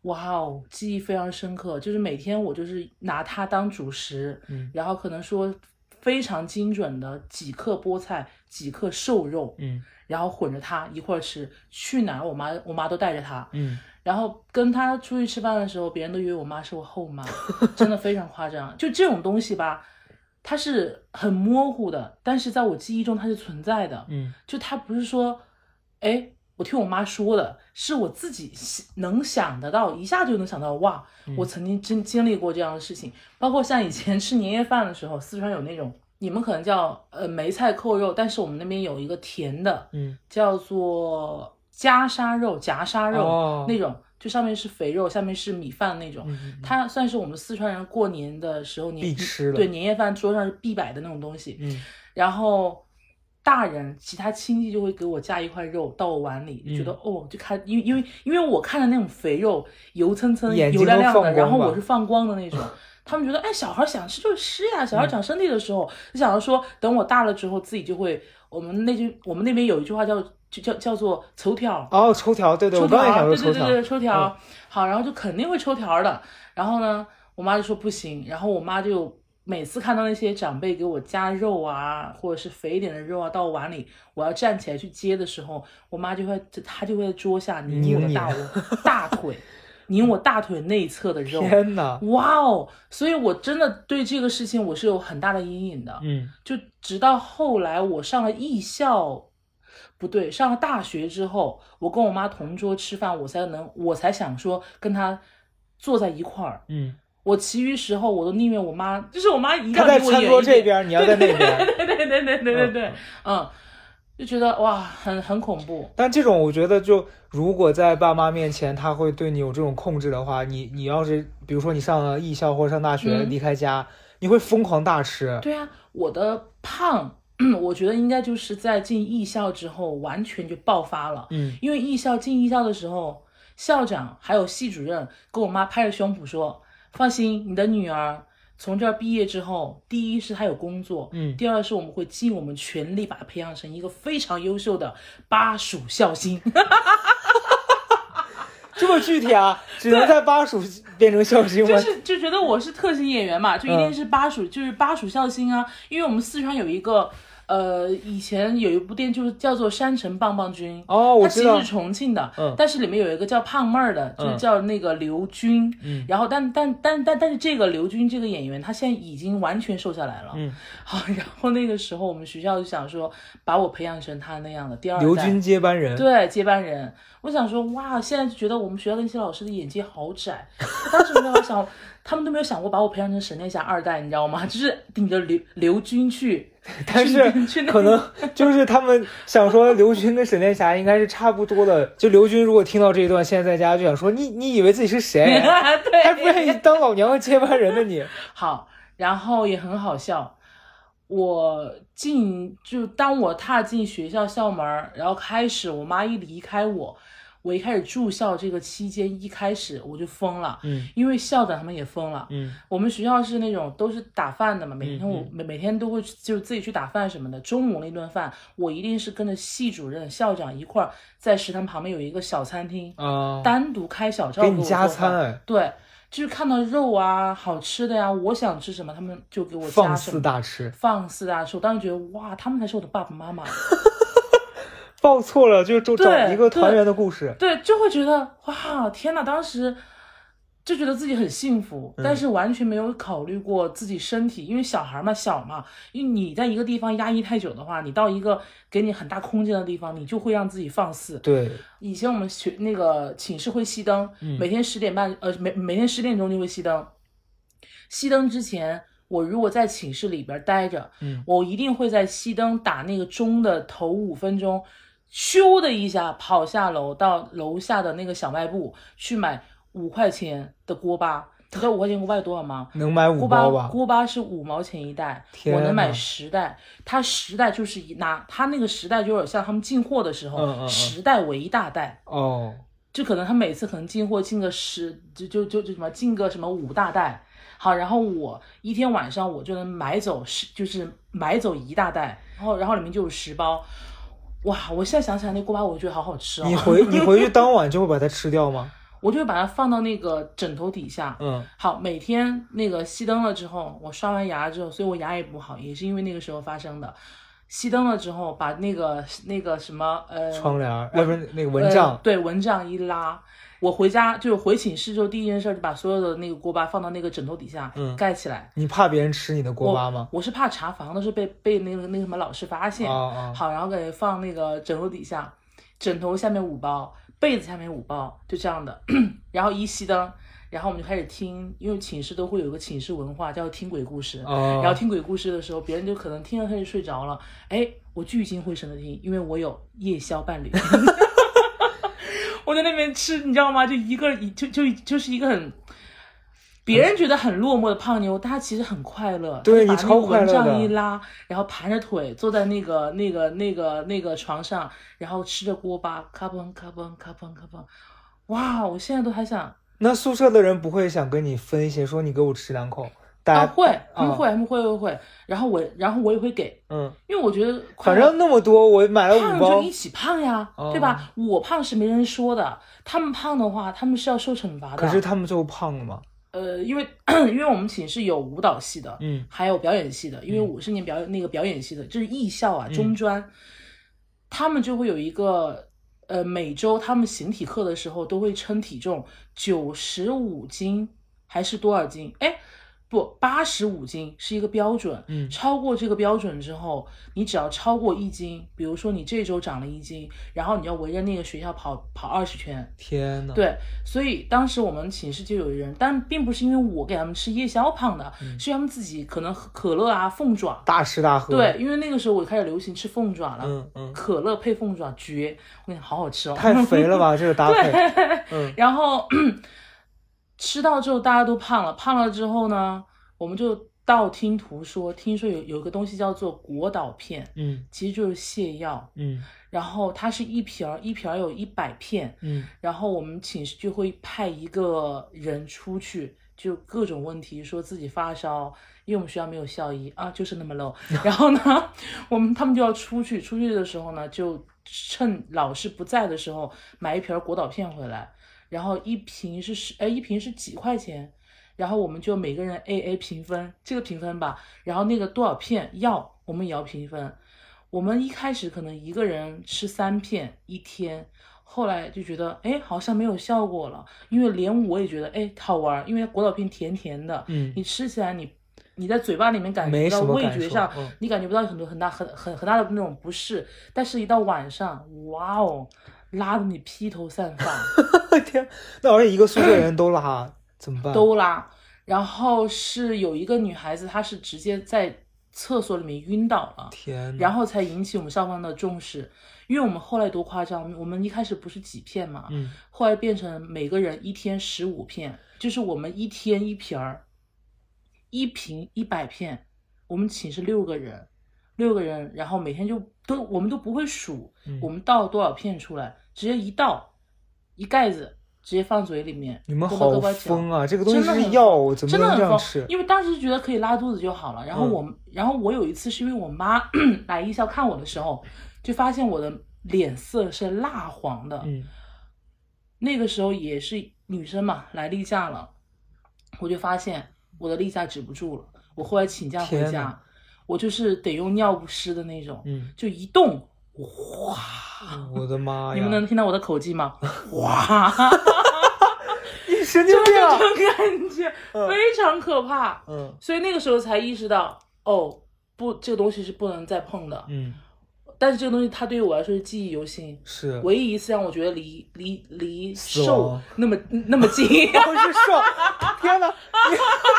Speaker 1: 哇哦，记忆非常深刻，就是每天我就是拿它当主食，
Speaker 2: 嗯
Speaker 1: 然后可能说非常精准的几克菠菜，几克瘦肉，
Speaker 2: 嗯
Speaker 1: 然后混着它一块儿吃，去哪儿我妈我妈都带着它，
Speaker 2: 嗯，
Speaker 1: 然后跟她出去吃饭的时候，别人都以为我妈是我后妈，真的非常夸张。就这种东西吧。它是很模糊的，但是在我记忆中它是存在的。
Speaker 2: 嗯
Speaker 1: 就他不是说，哎，我听我妈说的，是我自己想能想得到，一下就能想到，哇，
Speaker 2: 嗯
Speaker 1: 我曾经真经历过这样的事情。包括像以前吃年夜饭的时候，四川有那种，你们可能叫呃梅菜扣肉，但是我们那边有一个甜的，
Speaker 2: 嗯，
Speaker 1: 叫做夹沙肉、夹沙肉、
Speaker 2: 哦
Speaker 1: 那种，就上面是肥肉，下面是米饭那种。
Speaker 2: 嗯
Speaker 1: 它算是我们四川人过年的时候年
Speaker 2: 必吃的
Speaker 1: 对年夜饭桌上是必摆的那种东西。
Speaker 2: 嗯
Speaker 1: 然后大人其他亲戚就会给我夹一块肉到我碗里，就觉得
Speaker 2: 嗯
Speaker 1: 哦，就看因为因为因为我看的那种肥肉油蹭蹭、
Speaker 2: 眼睛
Speaker 1: 油亮亮
Speaker 2: 都
Speaker 1: 的，
Speaker 2: 放光
Speaker 1: 然后
Speaker 2: 吧
Speaker 1: 我是放光的那
Speaker 2: <laughs>
Speaker 1: 种。他们觉得，哎，小孩想吃就吃呀。
Speaker 2: 嗯
Speaker 1: 小孩长身体的时候，就想着说，等我大了之后，自己就会。我们那句，我们那边有一句话叫，就叫叫做“抽条”，
Speaker 2: 哦，抽条，对对，我
Speaker 1: 抽
Speaker 2: 刚
Speaker 1: 条
Speaker 2: 才想
Speaker 1: 儿，
Speaker 2: 说
Speaker 1: 对对
Speaker 2: 抽条嗯
Speaker 1: 对，对，抽条儿。好，然后就肯定会抽条儿的。然后呢，我妈就说不行，然后我妈就每次看到那些长辈给我夹肉啊，或者是肥一点的肉啊到我碗里，我要站起来去接的时候，我妈就会她就会在桌下拧我
Speaker 2: 拧
Speaker 1: 的
Speaker 2: 你
Speaker 1: 大
Speaker 2: <laughs>
Speaker 1: 我大腿，拧我大腿内侧的肉。
Speaker 2: 天哪，
Speaker 1: 哇哦！所以我真的对这个事情我是有很大的阴影的。
Speaker 2: 嗯
Speaker 1: 就直到后来我上了艺校，不对，上了大学之后，我跟我妈同桌吃饭，我才能，我才想说跟她坐在一块儿。
Speaker 2: 嗯，
Speaker 1: 我其余时候我都宁愿我妈，就是我妈一定
Speaker 2: 他
Speaker 1: 要
Speaker 2: 在
Speaker 1: 离我
Speaker 2: 餐
Speaker 1: 远
Speaker 2: 桌
Speaker 1: 一
Speaker 2: 这
Speaker 1: 点。
Speaker 2: 边，你要在那
Speaker 1: 对
Speaker 2: <laughs> 边。
Speaker 1: 对对对对对对
Speaker 2: 嗯，
Speaker 1: 嗯，就觉得哇，很很恐怖。
Speaker 2: 但这种我觉得，就如果在爸妈面前他会对你有这种控制的话，你你要是比如说你上了艺校或者上大学
Speaker 1: 嗯
Speaker 2: 离开家，你会疯狂大吃。
Speaker 1: 对啊，我的胖， <clears throat> 我觉得应该就是在进艺校之后完全就爆发了。
Speaker 2: 嗯
Speaker 1: 因为艺校进艺校的时候，校长还有系主任跟我妈拍着胸脯说：“放心，你的女儿从这儿毕业之后，第一是她有工作，
Speaker 2: 嗯
Speaker 1: 第二是我们会尽我们全力把她培养成一个非常优秀的巴蜀孝星。
Speaker 2: 这么具
Speaker 1: <laughs>
Speaker 2: 体啊，只能在巴蜀变成孝星吗
Speaker 1: <laughs> 就？是就觉得我是特型演员嘛，就一定是巴蜀，就是巴蜀孝星啊，因为我们四川有一个。呃，以前有一部电就是叫做《山城棒棒军》，
Speaker 2: 哦，我
Speaker 1: 它
Speaker 2: 知
Speaker 1: 其实
Speaker 2: 道
Speaker 1: 是，重庆的，
Speaker 2: 嗯
Speaker 1: 但是里面有一个叫胖妹儿的，就是叫那个刘军，
Speaker 2: 嗯
Speaker 1: 然后但但但但但是这个刘军这个演员，他现在已经完全瘦下来了，
Speaker 2: 嗯，
Speaker 1: <laughs> 好，然后那个时候我们学校就想说把我培养成他那样的第二代
Speaker 2: 刘军接班人。
Speaker 1: 对接班人，我想说哇，现在就觉得我们学校的那些老师的眼界好窄，
Speaker 2: <laughs>
Speaker 1: 我当时没有想，他们都没有想过把我培养成沈殿霞二代，你知道吗？就是顶着刘刘军去，
Speaker 2: 但
Speaker 1: 去去
Speaker 2: 是
Speaker 1: 那
Speaker 2: 可能就是他们想说刘军跟沈殿霞应该是差不多的。就刘军如果听到这一段，现在在家就想说你你以为自己是谁？啊
Speaker 1: <laughs> 对，
Speaker 2: 哎还不愿意当老娘和接班人的你？
Speaker 1: 好，然后也很好笑。我进就当我踏进学校校门儿，然后开始我妈一离开我，我一开始住校这个期间一开始我就疯了，
Speaker 2: 嗯
Speaker 1: 因为校长他们也疯了。
Speaker 2: 嗯
Speaker 1: 我们学校是那种都是打饭的嘛，每天
Speaker 2: 嗯
Speaker 1: 我每每天都会去就自己去打饭什么的。中午那顿饭，我一定是跟着系主任、校长一块儿在食堂旁边有一个小餐厅，
Speaker 2: 啊，
Speaker 1: 单独开小灶
Speaker 2: 给
Speaker 1: 我
Speaker 2: 你
Speaker 1: 做
Speaker 2: 加
Speaker 1: 饭
Speaker 2: 餐哎，
Speaker 1: 对，就是看到肉啊、好吃的呀、我想吃什么，他们就给我加
Speaker 2: 放
Speaker 1: 什
Speaker 2: 肆
Speaker 1: 么。
Speaker 2: 大吃，
Speaker 1: 放肆大吃，我当时觉得哇，他们才是我的爸爸妈
Speaker 2: <laughs>
Speaker 1: 妈，
Speaker 2: 报错了就就找
Speaker 1: 对
Speaker 2: 一个团圆的故事。
Speaker 1: 对，就会觉得哇，天哪！当时就觉得自己很幸福，
Speaker 2: 嗯
Speaker 1: 但是完全没有考虑过自己身体，因为小孩嘛，小嘛，因为你在一个地方压抑太久的话，你到一个给你很大空间的地方，你就会让自己放肆。
Speaker 2: 对，
Speaker 1: 以前我们学那个寝室会熄灯，每天十点半，呃，每每天十点钟就会熄灯。熄灯之前，我如果在寝室里边待着，
Speaker 2: 嗯
Speaker 1: 我一定会在熄灯打那个钟的头五分钟，咻的一下跑下楼到楼下的那个小卖部去买五块钱的锅巴，你知道五块钱古巴有多少吗？
Speaker 2: 能买
Speaker 1: 古
Speaker 2: 五
Speaker 1: 巴
Speaker 2: 包吧？
Speaker 1: 古巴是五毛钱一袋，
Speaker 2: 天
Speaker 1: 我能买
Speaker 2: 呐
Speaker 1: 十袋。它十袋就是一拿，它那个十袋就有点像他们进货的时候，
Speaker 2: 嗯嗯嗯
Speaker 1: 十袋为一大袋。
Speaker 2: 哦，
Speaker 1: 就可能他每次可能进货进个十，就就就就什么进个什么五大袋，好，然后我一天晚上我就能买走十，就是买走一大袋，然后然后里面就有十包，哇！我现在想起来那锅巴，我觉得好好吃
Speaker 2: 你
Speaker 1: 哦，
Speaker 2: 回你回去当晚就会把它吃掉吗？
Speaker 1: <laughs> 我就会把它放到那个枕头底下。
Speaker 2: 嗯，
Speaker 1: 好，每天那个熄灯了之后，我刷完牙之后，所以我牙也不好，也是因为那个时候发生的。熄灯了之后，把那个那个什么呃
Speaker 2: 窗帘儿，要不是那个蚊
Speaker 1: 呃
Speaker 2: 帐，
Speaker 1: 对，蚊帐一拉，我回家就是回寝室之后，第一件事就把所有的那个锅巴放到那个枕头底下，
Speaker 2: 嗯
Speaker 1: 盖起来。
Speaker 2: 你怕别人吃你的锅巴吗？
Speaker 1: 我是怕查房的时候被被那个那个什么老师发
Speaker 2: 啊
Speaker 1: 现，
Speaker 2: 啊，
Speaker 1: 好，然后给放那个枕头底下，枕头下面五包，被子下面五包，就这样的。 <clears throat> 然后一熄灯，然后我们就开始听，因为寝室都会有一个寝室文化，叫听鬼故事。
Speaker 2: 哦，
Speaker 1: 然后听鬼故事的时候，别人就可能听着他就睡着了，哎，我聚精会神的听，因为我有夜宵伴侣。我在那边吃，你知道吗？就一个就就就是一个很，别人觉得很落寞的胖妞，但她其实很快乐。
Speaker 2: 对
Speaker 1: 她把
Speaker 2: 你超
Speaker 1: 那个
Speaker 2: 快乐
Speaker 1: 蚊
Speaker 2: 的
Speaker 1: 帐一拉，然后盘着腿坐在那个那个那个那个床上，然后吃着锅巴，咔嘣咔嘣咔嘣咔嘣，哇！我现在都还想，啊
Speaker 2: 那宿舍的人不会想跟你分一些，说你给我吃两口，大
Speaker 1: 啊
Speaker 2: 家
Speaker 1: 会，他们
Speaker 2: 啊
Speaker 1: 会，他们会会会，然后我然后我也会给，
Speaker 2: 嗯，
Speaker 1: 因为我觉得快
Speaker 2: 反
Speaker 1: 乐
Speaker 2: 正那么多，我买了
Speaker 1: 胖就
Speaker 2: 五包
Speaker 1: 一，起胖呀，
Speaker 2: 哦
Speaker 1: 对吧？我胖是没人说的，他们胖的话，他们是要受惩罚的。
Speaker 2: 可是他们最后胖了嘛，
Speaker 1: 呃，因为 <clears throat> 因为我们寝室有舞蹈系的，
Speaker 2: 嗯，嗯
Speaker 1: 还有表演系的，因为我是念表演那个表演系的，就是艺校啊、中专，他们就会有一个呃，每周他们形体课的时候都会称体重，九十五斤还是多少斤？哎。不，八十五斤是一个标准，
Speaker 2: 嗯
Speaker 1: 超过这个标准之后，你只要超过一斤，比如说你这周长了一斤，然后你要围着那个学校跑跑二十圈，
Speaker 2: 天呐，
Speaker 1: 对，所以当时我们寝室就有人，但并不是因为我给他们吃夜宵胖的，是他们自己可能喝可乐啊、凤爪。
Speaker 2: 嗯大吃大喝，
Speaker 1: 对，，因为那个时候我开始流行吃凤爪了，
Speaker 2: 嗯嗯，
Speaker 1: 可乐配凤爪绝，我跟你讲好好吃哦。
Speaker 2: 太肥了吧，这个
Speaker 1: <laughs>
Speaker 2: 搭配，嗯
Speaker 1: 然后 <clears throat> 吃到之后大家都胖了，胖了之后呢，我们就道听途说，听说有有一个东西叫做果导片，
Speaker 2: 嗯
Speaker 1: 其实就是泻药，
Speaker 2: 嗯
Speaker 1: 然后它是一瓶儿一瓶儿有一百片，
Speaker 2: 嗯，
Speaker 1: <laughs> 然后我们寝室就会派一个人出去，就各种问题，说自己发烧，因为我们学校没有校医啊，就是那么 low。然后呢，我们他们就要出去，出去的时候呢，就趁老师不在的时候买一瓶儿果导片回来，然后一瓶是十，哎，一瓶是几块钱。然后我们就每个人 A A 平分这个平分吧，然后那个多少片药我们也要平分，我们一开始可能一个人吃三片一天，后来就觉得哎好像没有效果了，因为连我也觉得哎好玩儿，因为果导片甜甜的，
Speaker 2: 嗯
Speaker 1: 你吃起来你你在嘴巴里面感
Speaker 2: 没
Speaker 1: 觉
Speaker 2: 什
Speaker 1: 到
Speaker 2: 么
Speaker 1: 味
Speaker 2: 感
Speaker 1: 觉
Speaker 2: 受
Speaker 1: 上，
Speaker 2: 嗯
Speaker 1: 你感觉不到很多很大很很很大的那种不适，但是一到晚上，哇哦，拉的你披头散发。
Speaker 2: <laughs> 天，那而且一个宿舍人都拉， <clears throat> 怎么办？
Speaker 1: 都拉。然后是有一个女孩子，她是直接在厕所里面晕倒了，
Speaker 2: 天呐，
Speaker 1: 然后才引起我们校方的重视。因为我们后来多夸张，我们一开始不是几片嘛，
Speaker 2: 嗯，
Speaker 1: 后来变成每个人一天十五片，就是我们一天一瓶儿，一瓶一百片。我们寝室六个人，六个人，然后每天就都我们都不会数，
Speaker 2: 嗯
Speaker 1: 我们倒多少片出来，直接一倒，一盖子直接放嘴里面，
Speaker 2: 你们
Speaker 1: 咯巴咯
Speaker 2: 好
Speaker 1: 巴嚼
Speaker 2: 疯啊，这个东西
Speaker 1: 真的
Speaker 2: 是
Speaker 1: 很
Speaker 2: 药，怎么
Speaker 1: 真的
Speaker 2: 能
Speaker 1: 很
Speaker 2: 这样
Speaker 1: 疯
Speaker 2: 吃？嗯
Speaker 1: 因为当时就觉得可以拉肚子就好了。然后我，然后我有一次是因为我妈 <clears throat> 来艺校看我的时候，就发现我的脸色是蜡黄的。
Speaker 2: 嗯
Speaker 1: 那个时候也是女生嘛，来例假了，我就发现我的例假止不住了。我后来请假回
Speaker 2: 天
Speaker 1: 家
Speaker 2: 哪，
Speaker 1: 我就是得用尿不湿的那种，
Speaker 2: 嗯，
Speaker 1: 就一动，哗！ <laughs>
Speaker 2: 我的哎妈呀，
Speaker 1: 你们能听到我的口技吗？
Speaker 2: <laughs>
Speaker 1: 哇，
Speaker 2: 你神经病
Speaker 1: 这 <laughs>
Speaker 2: 啊！
Speaker 1: 种感觉
Speaker 2: 嗯
Speaker 1: 非常可怕。
Speaker 2: 嗯
Speaker 1: 所以那个时候才意识到，哦，不，这个东西是不能再碰的。
Speaker 2: 嗯，
Speaker 1: 但是这个东西它对于我来说是记忆犹新，
Speaker 2: 是，
Speaker 1: 唯一一次让我觉得离离离
Speaker 2: 死
Speaker 1: 瘦
Speaker 2: 亡
Speaker 1: 那么那么近。 <laughs>
Speaker 2: <laughs> 不是瘦，天哪！你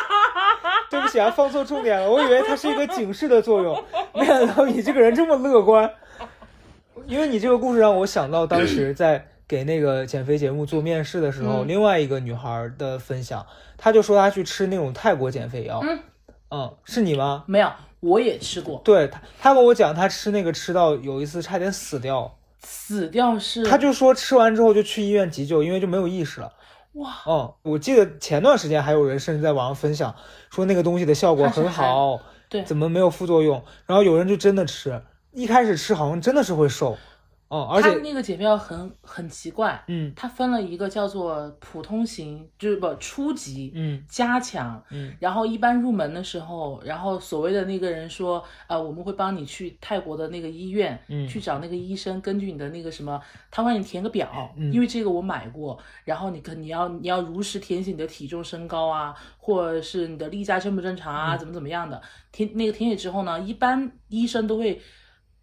Speaker 2: <laughs> 对不起啊，放错重点了，我以为它是一个警示的作用，没想到你这个人这么乐观。因为你这个故事让我想到当时在给那个减肥节目做面试的时候，
Speaker 1: 嗯
Speaker 2: 另外一个女孩的分享，她就说她去吃那种泰国减肥药。
Speaker 1: 嗯
Speaker 2: 嗯是你吗？
Speaker 1: 没有，我也吃过，
Speaker 2: 对她，她跟我讲，她吃那个吃到有一次差点死掉，
Speaker 1: 死掉是
Speaker 2: 她就说吃完之后就去医院急救，因为就没有意识了。
Speaker 1: 哇，
Speaker 2: 嗯，我记得前段时间还有人甚至在网上分享说那个东西的效果
Speaker 1: 它是
Speaker 2: 很好，
Speaker 1: 对
Speaker 2: 怎么没有副作用？然后有人就真的吃，一开始吃好像真的是会瘦，嗯，而
Speaker 1: 他
Speaker 2: 且
Speaker 1: 那个解票很很奇怪，
Speaker 2: 嗯
Speaker 1: 它分了一个叫做普通型，就是不初级、
Speaker 2: 嗯
Speaker 1: 加强，
Speaker 2: 嗯
Speaker 1: 然后一般入门的时候，然后所谓的那个人说，呃，我们会帮你去泰国的那个医院，
Speaker 2: 嗯
Speaker 1: 去找那个医生，根据你的那个什么，他会让你填个表，
Speaker 2: 嗯
Speaker 1: 因为这个我买过，然后你可你要你要如实填写你的体重、身高啊，或者是你的例假正不正常啊，
Speaker 2: 嗯
Speaker 1: 怎么怎么样的，填那个填写之后呢，一般医生都会。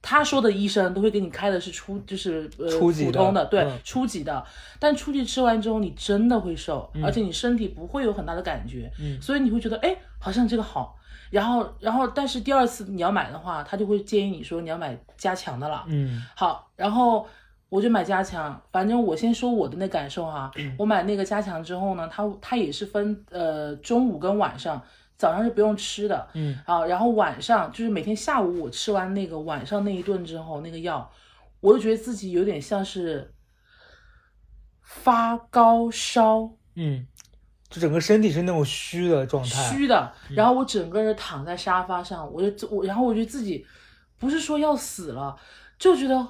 Speaker 1: 他说的医生都会给你开的是初，就是呃
Speaker 2: 初级的
Speaker 1: 普通的，对、
Speaker 2: 嗯
Speaker 1: 初级的。但初级吃完之后，你真的会瘦，
Speaker 2: 嗯
Speaker 1: 而且你身体不会有很大的感觉。
Speaker 2: 嗯
Speaker 1: 所以你会觉得，哎，好像这个好。然后，然后，但是第二次你要买的话，他就会建议你说你要买加强的了。
Speaker 2: 嗯
Speaker 1: 好，然后我就买加强，反正我先说我的那感受哈、
Speaker 2: 嗯
Speaker 1: 我买那个加强之后呢，它它也是分呃中午跟晚上，早上是不用吃的
Speaker 2: 嗯
Speaker 1: 啊，然后晚上就是每天下午我吃完那个晚上那一顿之后，那个药，我就觉得自己有点像是发高烧。
Speaker 2: 嗯，就整个身体是那种虚的状态，嗯
Speaker 1: 虚的，然后我整个人躺在沙发上，我就我，然后我就自己不是说要死了，就觉得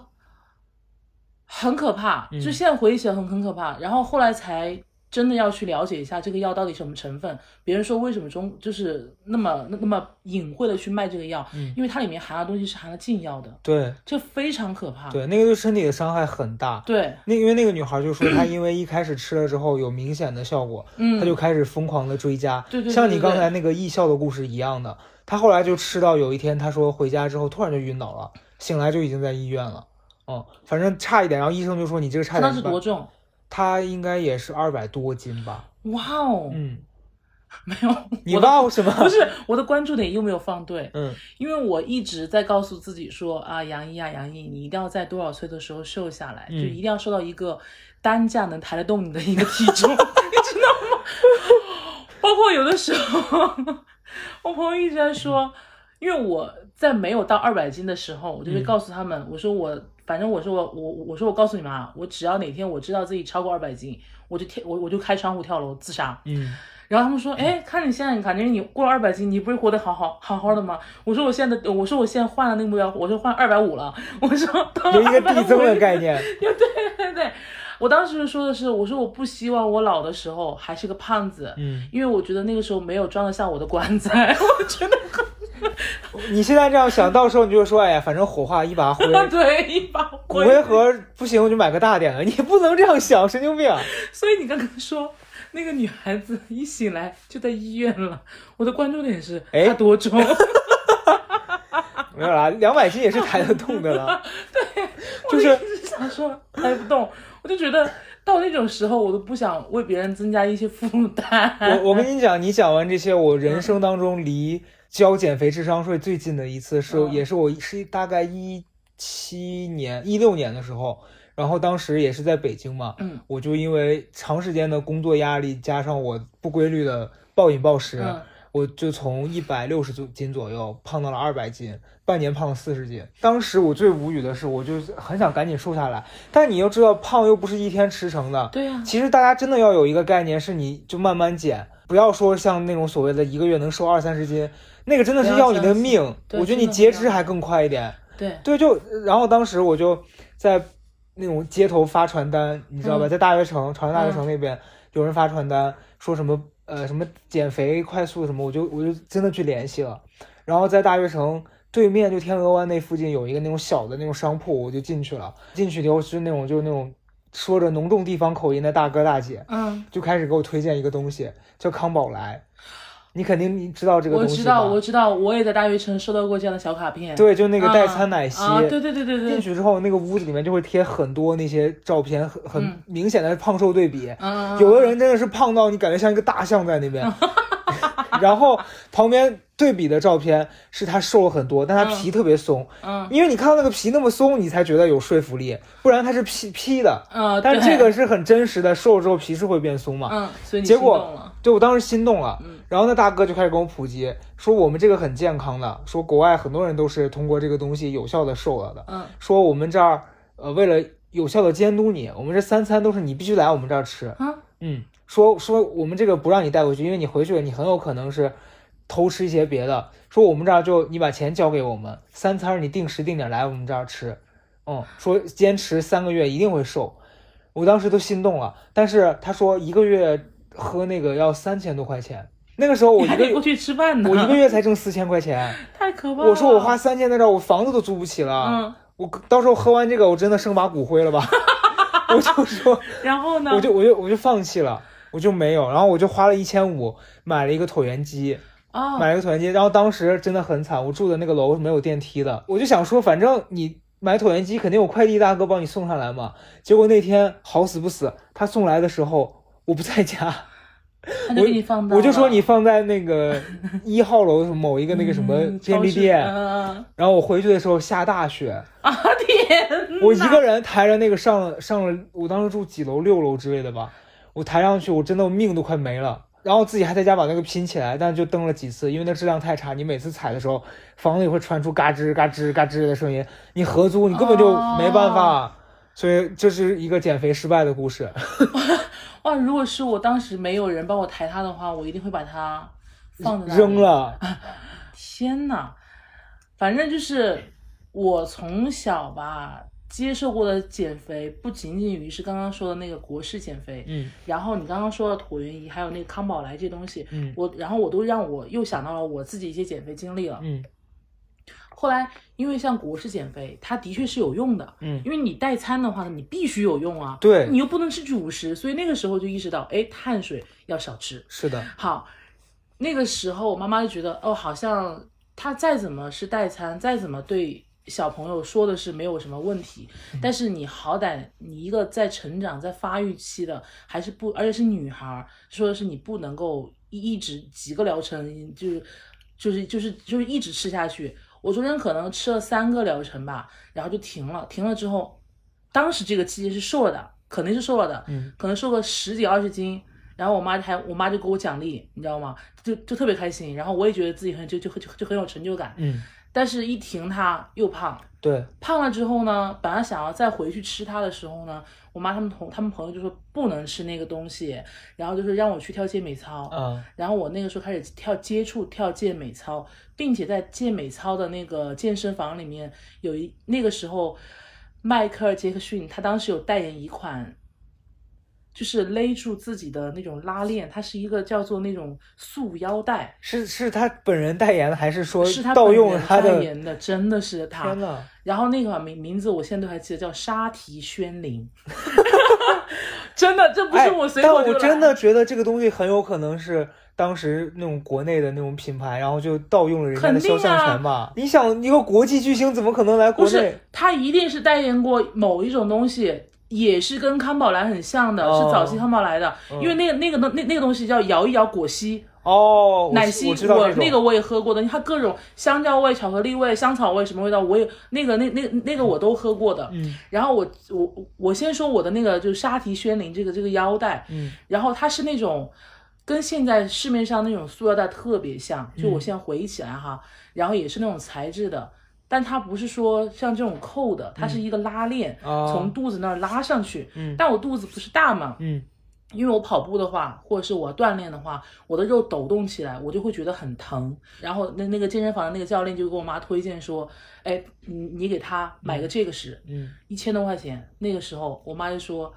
Speaker 1: 很可怕，
Speaker 2: 嗯
Speaker 1: 就现在回想很很可怕。然后后来才真的要去了解一下这个药到底什么成分，别人说为什么中就是那么那那么隐晦的去卖这个药，
Speaker 2: 嗯
Speaker 1: 因为它里面含的东西是含了禁药的，
Speaker 2: 对
Speaker 1: 这非常可怕。
Speaker 2: 对，那个对身体的伤害很大。
Speaker 1: 对
Speaker 2: 那因为那个女孩就说，
Speaker 1: <clears throat>
Speaker 2: 她因为一开始吃了之后有明显的效果，
Speaker 1: 嗯，
Speaker 2: 她就开始疯狂的追加，
Speaker 1: 对对对
Speaker 2: 像你
Speaker 1: 对
Speaker 2: 刚
Speaker 1: 对
Speaker 2: 才那个艺校的故事一样的。她后来就吃到有一天，她说回家之后突然就晕倒了，醒来就已经在医院了。哦、反正差一点，然后医生就说你这个差
Speaker 1: 它当
Speaker 2: 点
Speaker 1: 时
Speaker 2: 半
Speaker 1: 多，重？
Speaker 2: 她应该也是二百多斤吧？
Speaker 1: 哇哦，
Speaker 2: 嗯，
Speaker 1: 没有，
Speaker 2: <laughs> 你
Speaker 1: 我的
Speaker 2: 忘了什么？
Speaker 1: <laughs> 不是 <laughs> 我的关注点又没有放对。
Speaker 2: 嗯
Speaker 1: 因为我一直在告诉自己说啊，杨一啊，杨一，你一定要在多少岁的时候瘦下来，
Speaker 2: 嗯
Speaker 1: 就一定要瘦到一个单价能抬得动你的一个体重， <laughs> 你知道吗？ <laughs> 包括有的时候，我朋友一直在
Speaker 2: 嗯
Speaker 1: 说，因为我在没有到二百斤的时候，我就会
Speaker 2: 嗯
Speaker 1: 告诉他们，我说我反正我说我我我说我告诉你们啊，我只要哪天我知道自己超过二百斤，我就跳我我就开窗户跳楼自杀。
Speaker 2: 嗯
Speaker 1: <laughs> 然后他们说，哎，看你现在，你感觉你过了二百斤，你不是活得好好好好的吗？我说我现在的，我说我现在换了那个目标，我说换二百五了，我说到
Speaker 2: <laughs> 有一个递增的
Speaker 1: 250
Speaker 2: 概念。
Speaker 1: <laughs> 对对，我当时说的是，我说我不希望我老的时候还是个胖子，
Speaker 2: 嗯，
Speaker 1: 因为我觉得那个时候没有装得下我的棺材， <laughs> 我觉得很，
Speaker 2: 你现在这样想，到时候你就说，哎呀，反正火化一把灰
Speaker 1: <laughs> 对一把
Speaker 2: 骨
Speaker 1: 灰
Speaker 2: 灰盒不行，我就买个大点的。你不能这样想，神经病。啊
Speaker 1: 所以你刚刚说那个女孩子一醒来就在医院了，我的关注点是
Speaker 2: 哎
Speaker 1: 她多
Speaker 2: <laughs>
Speaker 1: 重。
Speaker 2: 没
Speaker 1: <laughs>
Speaker 2: 有啦，两百斤也是抬得动的了。
Speaker 1: 我
Speaker 2: 就是
Speaker 1: 一直 <laughs> 想说抬不动，我就觉得到那种时候，我都不想为别人增加一些负担。
Speaker 2: 我我跟你讲，你讲完这些，我人生当中离交减肥智商税最近的一次是，
Speaker 1: 嗯
Speaker 2: 也是我是大概一七年、一六年的时候，然后当时也是在北京嘛，
Speaker 1: 嗯，
Speaker 2: 我就因为长时间的工作压力，加上我不规律的暴饮暴食，
Speaker 1: 嗯
Speaker 2: 我就从一百六十斤左右胖到了二百斤，半年胖了四十斤。当时我最无语的是，我就很想赶紧瘦下来，但你又知道胖又不是一天吃成的，
Speaker 1: 对啊呀、
Speaker 2: 其实大家真的要有一个概念，是你就慢慢减，不要说像那种所谓的一个月能瘦二三十斤，那个真的是要你的命。
Speaker 1: 不要相信对
Speaker 2: 我觉得你
Speaker 1: 真的
Speaker 2: 截肢
Speaker 1: 不要
Speaker 2: 还更快一点。
Speaker 1: 对，
Speaker 2: 对，就然后当时我就在那种街头发传单，你知道
Speaker 1: 嗯
Speaker 2: 吧，在大学城，朝阳大学城那边有人发传单，说什么呃什么减肥快速什么，我就我就真的去联系了。然后在大学城对面就天鹅湾那附近有一个那种小的那种商铺，我就进去了。进去以后是那种就是那种说着浓重地方口音的大哥大姐，
Speaker 1: 嗯，
Speaker 2: 就开始给我推荐一个东西，叫康宝莱。你肯定你知道这个
Speaker 1: 我
Speaker 2: 东西吧？
Speaker 1: 知道，我知道，我也在大学城收到过这样的小卡片。
Speaker 2: 对，就那个代
Speaker 1: 啊
Speaker 2: 餐奶昔。
Speaker 1: 啊，对对对对
Speaker 2: 进
Speaker 1: 对，
Speaker 2: 去之后，那个屋子里面就会贴很多那些照片，很很
Speaker 1: 嗯
Speaker 2: 明显的胖瘦对比。
Speaker 1: 嗯，
Speaker 2: 有的人真的是胖到你感觉像一个大象在那边，
Speaker 1: 嗯
Speaker 2: <laughs>
Speaker 1: <laughs>
Speaker 2: 然后旁边对比的照片是他瘦了很多，但他皮特别松，
Speaker 1: 嗯
Speaker 2: 因为你看到那个皮那么松，你才觉得有说服力，不然他是 P P 的。
Speaker 1: 嗯，
Speaker 2: 但是
Speaker 1: 对
Speaker 2: 这个是很真实的，瘦了之后皮是会变松嘛？
Speaker 1: 嗯，所以你
Speaker 2: 结
Speaker 1: 心
Speaker 2: 果
Speaker 1: 动了，
Speaker 2: 对我当时心动了
Speaker 1: 嗯，
Speaker 2: 然后那大哥就开始跟我普及，说我们这个很健康的，说国外很多人都是通过这个东西有效的瘦了的，
Speaker 1: 嗯
Speaker 2: 说我们这儿呃为了有效的监督你，我们这三餐都是你必须来我们这儿吃，
Speaker 1: 啊
Speaker 2: 嗯，说说我们这个不让你带回去，因为你回去了你很有可能是偷吃一些别的，说我们这儿就你把钱交给我们，三餐你定时定点来我们这儿吃，嗯，说坚持三个月一定会瘦，我当时都心动了，但是他说一个月喝那个要三千多块钱，那个时候我
Speaker 1: 你还
Speaker 2: 一个
Speaker 1: 得
Speaker 2: 月
Speaker 1: 过去吃饭呢，
Speaker 2: 我一个月才挣四千块钱，
Speaker 1: 太可怕了。
Speaker 2: 我说我花三千在这儿，我房子都租不起了。
Speaker 1: 嗯，
Speaker 2: 我到时候喝完这个，我真的剩把骨灰了吧？ <laughs> 我就说，
Speaker 1: 然后呢？
Speaker 2: 我就我就我就放弃了，我就没有。然后我就花了一千五买了一个椭圆机，
Speaker 1: 啊，
Speaker 2: 买了一个椭圆机。然后当时真的很惨，我住的那个楼是没有电梯的。我就想说，反正你买椭圆机肯定有快递大哥帮你送上来嘛。结果那天好死不死，他送来的时候我不在家，
Speaker 1: 他就给你放到
Speaker 2: 我就说
Speaker 1: 了
Speaker 2: 你放在那
Speaker 1: <laughs>
Speaker 2: 个一号楼某一个那个什么
Speaker 1: 嗯
Speaker 2: 便利
Speaker 1: 超市
Speaker 2: 店。
Speaker 1: 嗯嗯
Speaker 2: 然后我回去的时候下大雪，
Speaker 1: 嗯啊天，
Speaker 2: 我一个人抬着那个上了上了，我当时住几楼六楼之类的吧，我抬上去，我真的命都快没了。然后自己还在家把那个拼起来，但就蹬了几次，因为那质量太差，你每次踩的时候，房子里会传出嘎吱嘎吱嘎吱的声音。你合租，你根本就
Speaker 1: 哦
Speaker 2: 没办法。所以这是一个减肥失败的故事，
Speaker 1: 哇！哦如果是我当时没有人帮我抬它的话，我一定会把它放在那里
Speaker 2: 扔。了。
Speaker 1: 天呐，反正就是我从小吧接受过的减肥，不仅仅于是刚刚说的那个国式减肥，
Speaker 2: 嗯
Speaker 1: 然后你刚刚说的椭圆仪，还有那个康宝莱这东西，<laughs>
Speaker 2: 嗯
Speaker 1: 我然后我都让我又想到了我自己一些减肥经历了。
Speaker 2: 嗯
Speaker 1: 后来因为像国式减肥，它的确是有用的，
Speaker 2: 嗯，
Speaker 1: 因为你代餐的话，你必须有用啊，
Speaker 2: 对
Speaker 1: 你又不能吃主食，所以那个时候就意识到，哎，碳水要少吃。<laughs>
Speaker 2: 是的，
Speaker 1: 好，那个时候我妈妈就觉得，哦，好像她再怎么是代餐，再怎么对小朋友说的是没有什么问题，但是你好歹你一个在成长、在发育期的，还是不，而且是女孩儿，说的是你不能够一一直几个疗程，就是就是就是就是一直吃下去。我昨天可能吃了三个疗程吧，然后就停了，停了之后，当时这个季节是瘦了的，肯定是瘦了的，
Speaker 2: 嗯，
Speaker 1: 可能瘦个十几二十斤。然后我妈还我妈就给我奖励，你知道吗？就就特别开心，然后我也觉得自己很就就就就很有成就感。
Speaker 2: 嗯，
Speaker 1: 但是，一停它又胖，
Speaker 2: 对，
Speaker 1: 胖了之后呢，本来想要再回去吃它的时候呢，我妈他们同他们朋友就说不能吃那个东西，然后就是让我去跳健美操。
Speaker 2: 啊，
Speaker 1: 然后我那个时候开始跳接触跳健美操，并且在健美操的那个健身房里面有一那个时候，迈克尔杰克逊他当时有代言一款，就是勒住自己的那种拉链，它是一个叫做那种束腰带，
Speaker 2: 是是他本人代言的，还是说
Speaker 1: 是他
Speaker 2: 盗
Speaker 1: 本
Speaker 2: 用
Speaker 1: 人
Speaker 2: 他
Speaker 1: 代
Speaker 2: 的？
Speaker 1: 言的，啊真的是他。
Speaker 2: 天呐，
Speaker 1: 然后那款名名字我现在都还记得，叫沙提宣
Speaker 2: <laughs>
Speaker 1: 灵。 <laughs> 真的，这不是我随口
Speaker 2: 哎。但
Speaker 1: 就
Speaker 2: 我
Speaker 1: 来
Speaker 2: 真的觉得这个东西很有可能是当时那种国内的那种品牌，然后就盗用了人家的
Speaker 1: 肯定
Speaker 2: 肖
Speaker 1: 啊
Speaker 2: 像权吧？你想，一个国际巨星怎么可能来
Speaker 1: 不
Speaker 2: 国内
Speaker 1: 是？，他一定是代言过某一种东西，也是跟康宝莱很像的，
Speaker 2: 哦
Speaker 1: 是早期康宝莱的，
Speaker 2: 嗯
Speaker 1: 因为那个那个东那那个东西叫摇一摇果昔、
Speaker 2: 哦，我
Speaker 1: 奶
Speaker 2: 我
Speaker 1: 昔，
Speaker 2: 知道
Speaker 1: 我
Speaker 2: 这种
Speaker 1: 那个我也喝过的，它各种香蕉味、巧克力味、香草味什么味道，我也那个那那那个我都喝过的。
Speaker 2: 嗯
Speaker 1: 然后我我我先说我的那个就是沙提宣灵这个这个腰带，
Speaker 2: 嗯
Speaker 1: 然后它是那种跟现在市面上那种塑料袋特别像，就我现在回忆起来哈，然后也是那种材质的，但它不是说像这种扣的，它是一个拉链，
Speaker 2: 啊
Speaker 1: 从肚子那儿拉上去。
Speaker 2: 嗯
Speaker 1: 但我肚子不是大嘛，
Speaker 2: 嗯
Speaker 1: 因为我跑步的话，或者是我锻炼的话，我的肉抖动起来，我就会觉得很疼。然后那那个健身房的那个教练就给我妈推荐说，哎，你你给她买个这个试，
Speaker 2: 嗯
Speaker 1: 一千多块钱。那个时候，我妈就说，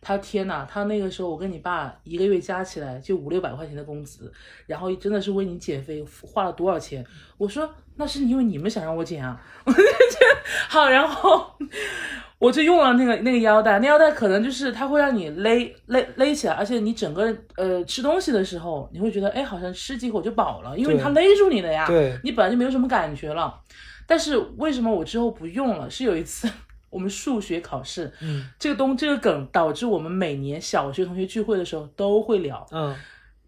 Speaker 1: 她天呐，她那个时候我跟你爸一个月加起来就五六百块钱的工资，然后真的是为你减肥花了多少钱？我说那是因为你们想让我减啊， <laughs> 我就觉得好，然后。我就用了那个那个腰带，那腰带可能就是它会让你勒勒勒起来，而且你整个呃吃东西的时候，你会觉得哎好像吃几口就饱了，因为
Speaker 2: 对
Speaker 1: 它勒住你的呀，
Speaker 2: 对
Speaker 1: 你本来就没有什么感觉了。但是为什么我之后不用了？是有一次我们数学考试，
Speaker 2: 嗯
Speaker 1: 这个东这个梗导致我们每年小学同学聚会的时候都会聊。
Speaker 2: 嗯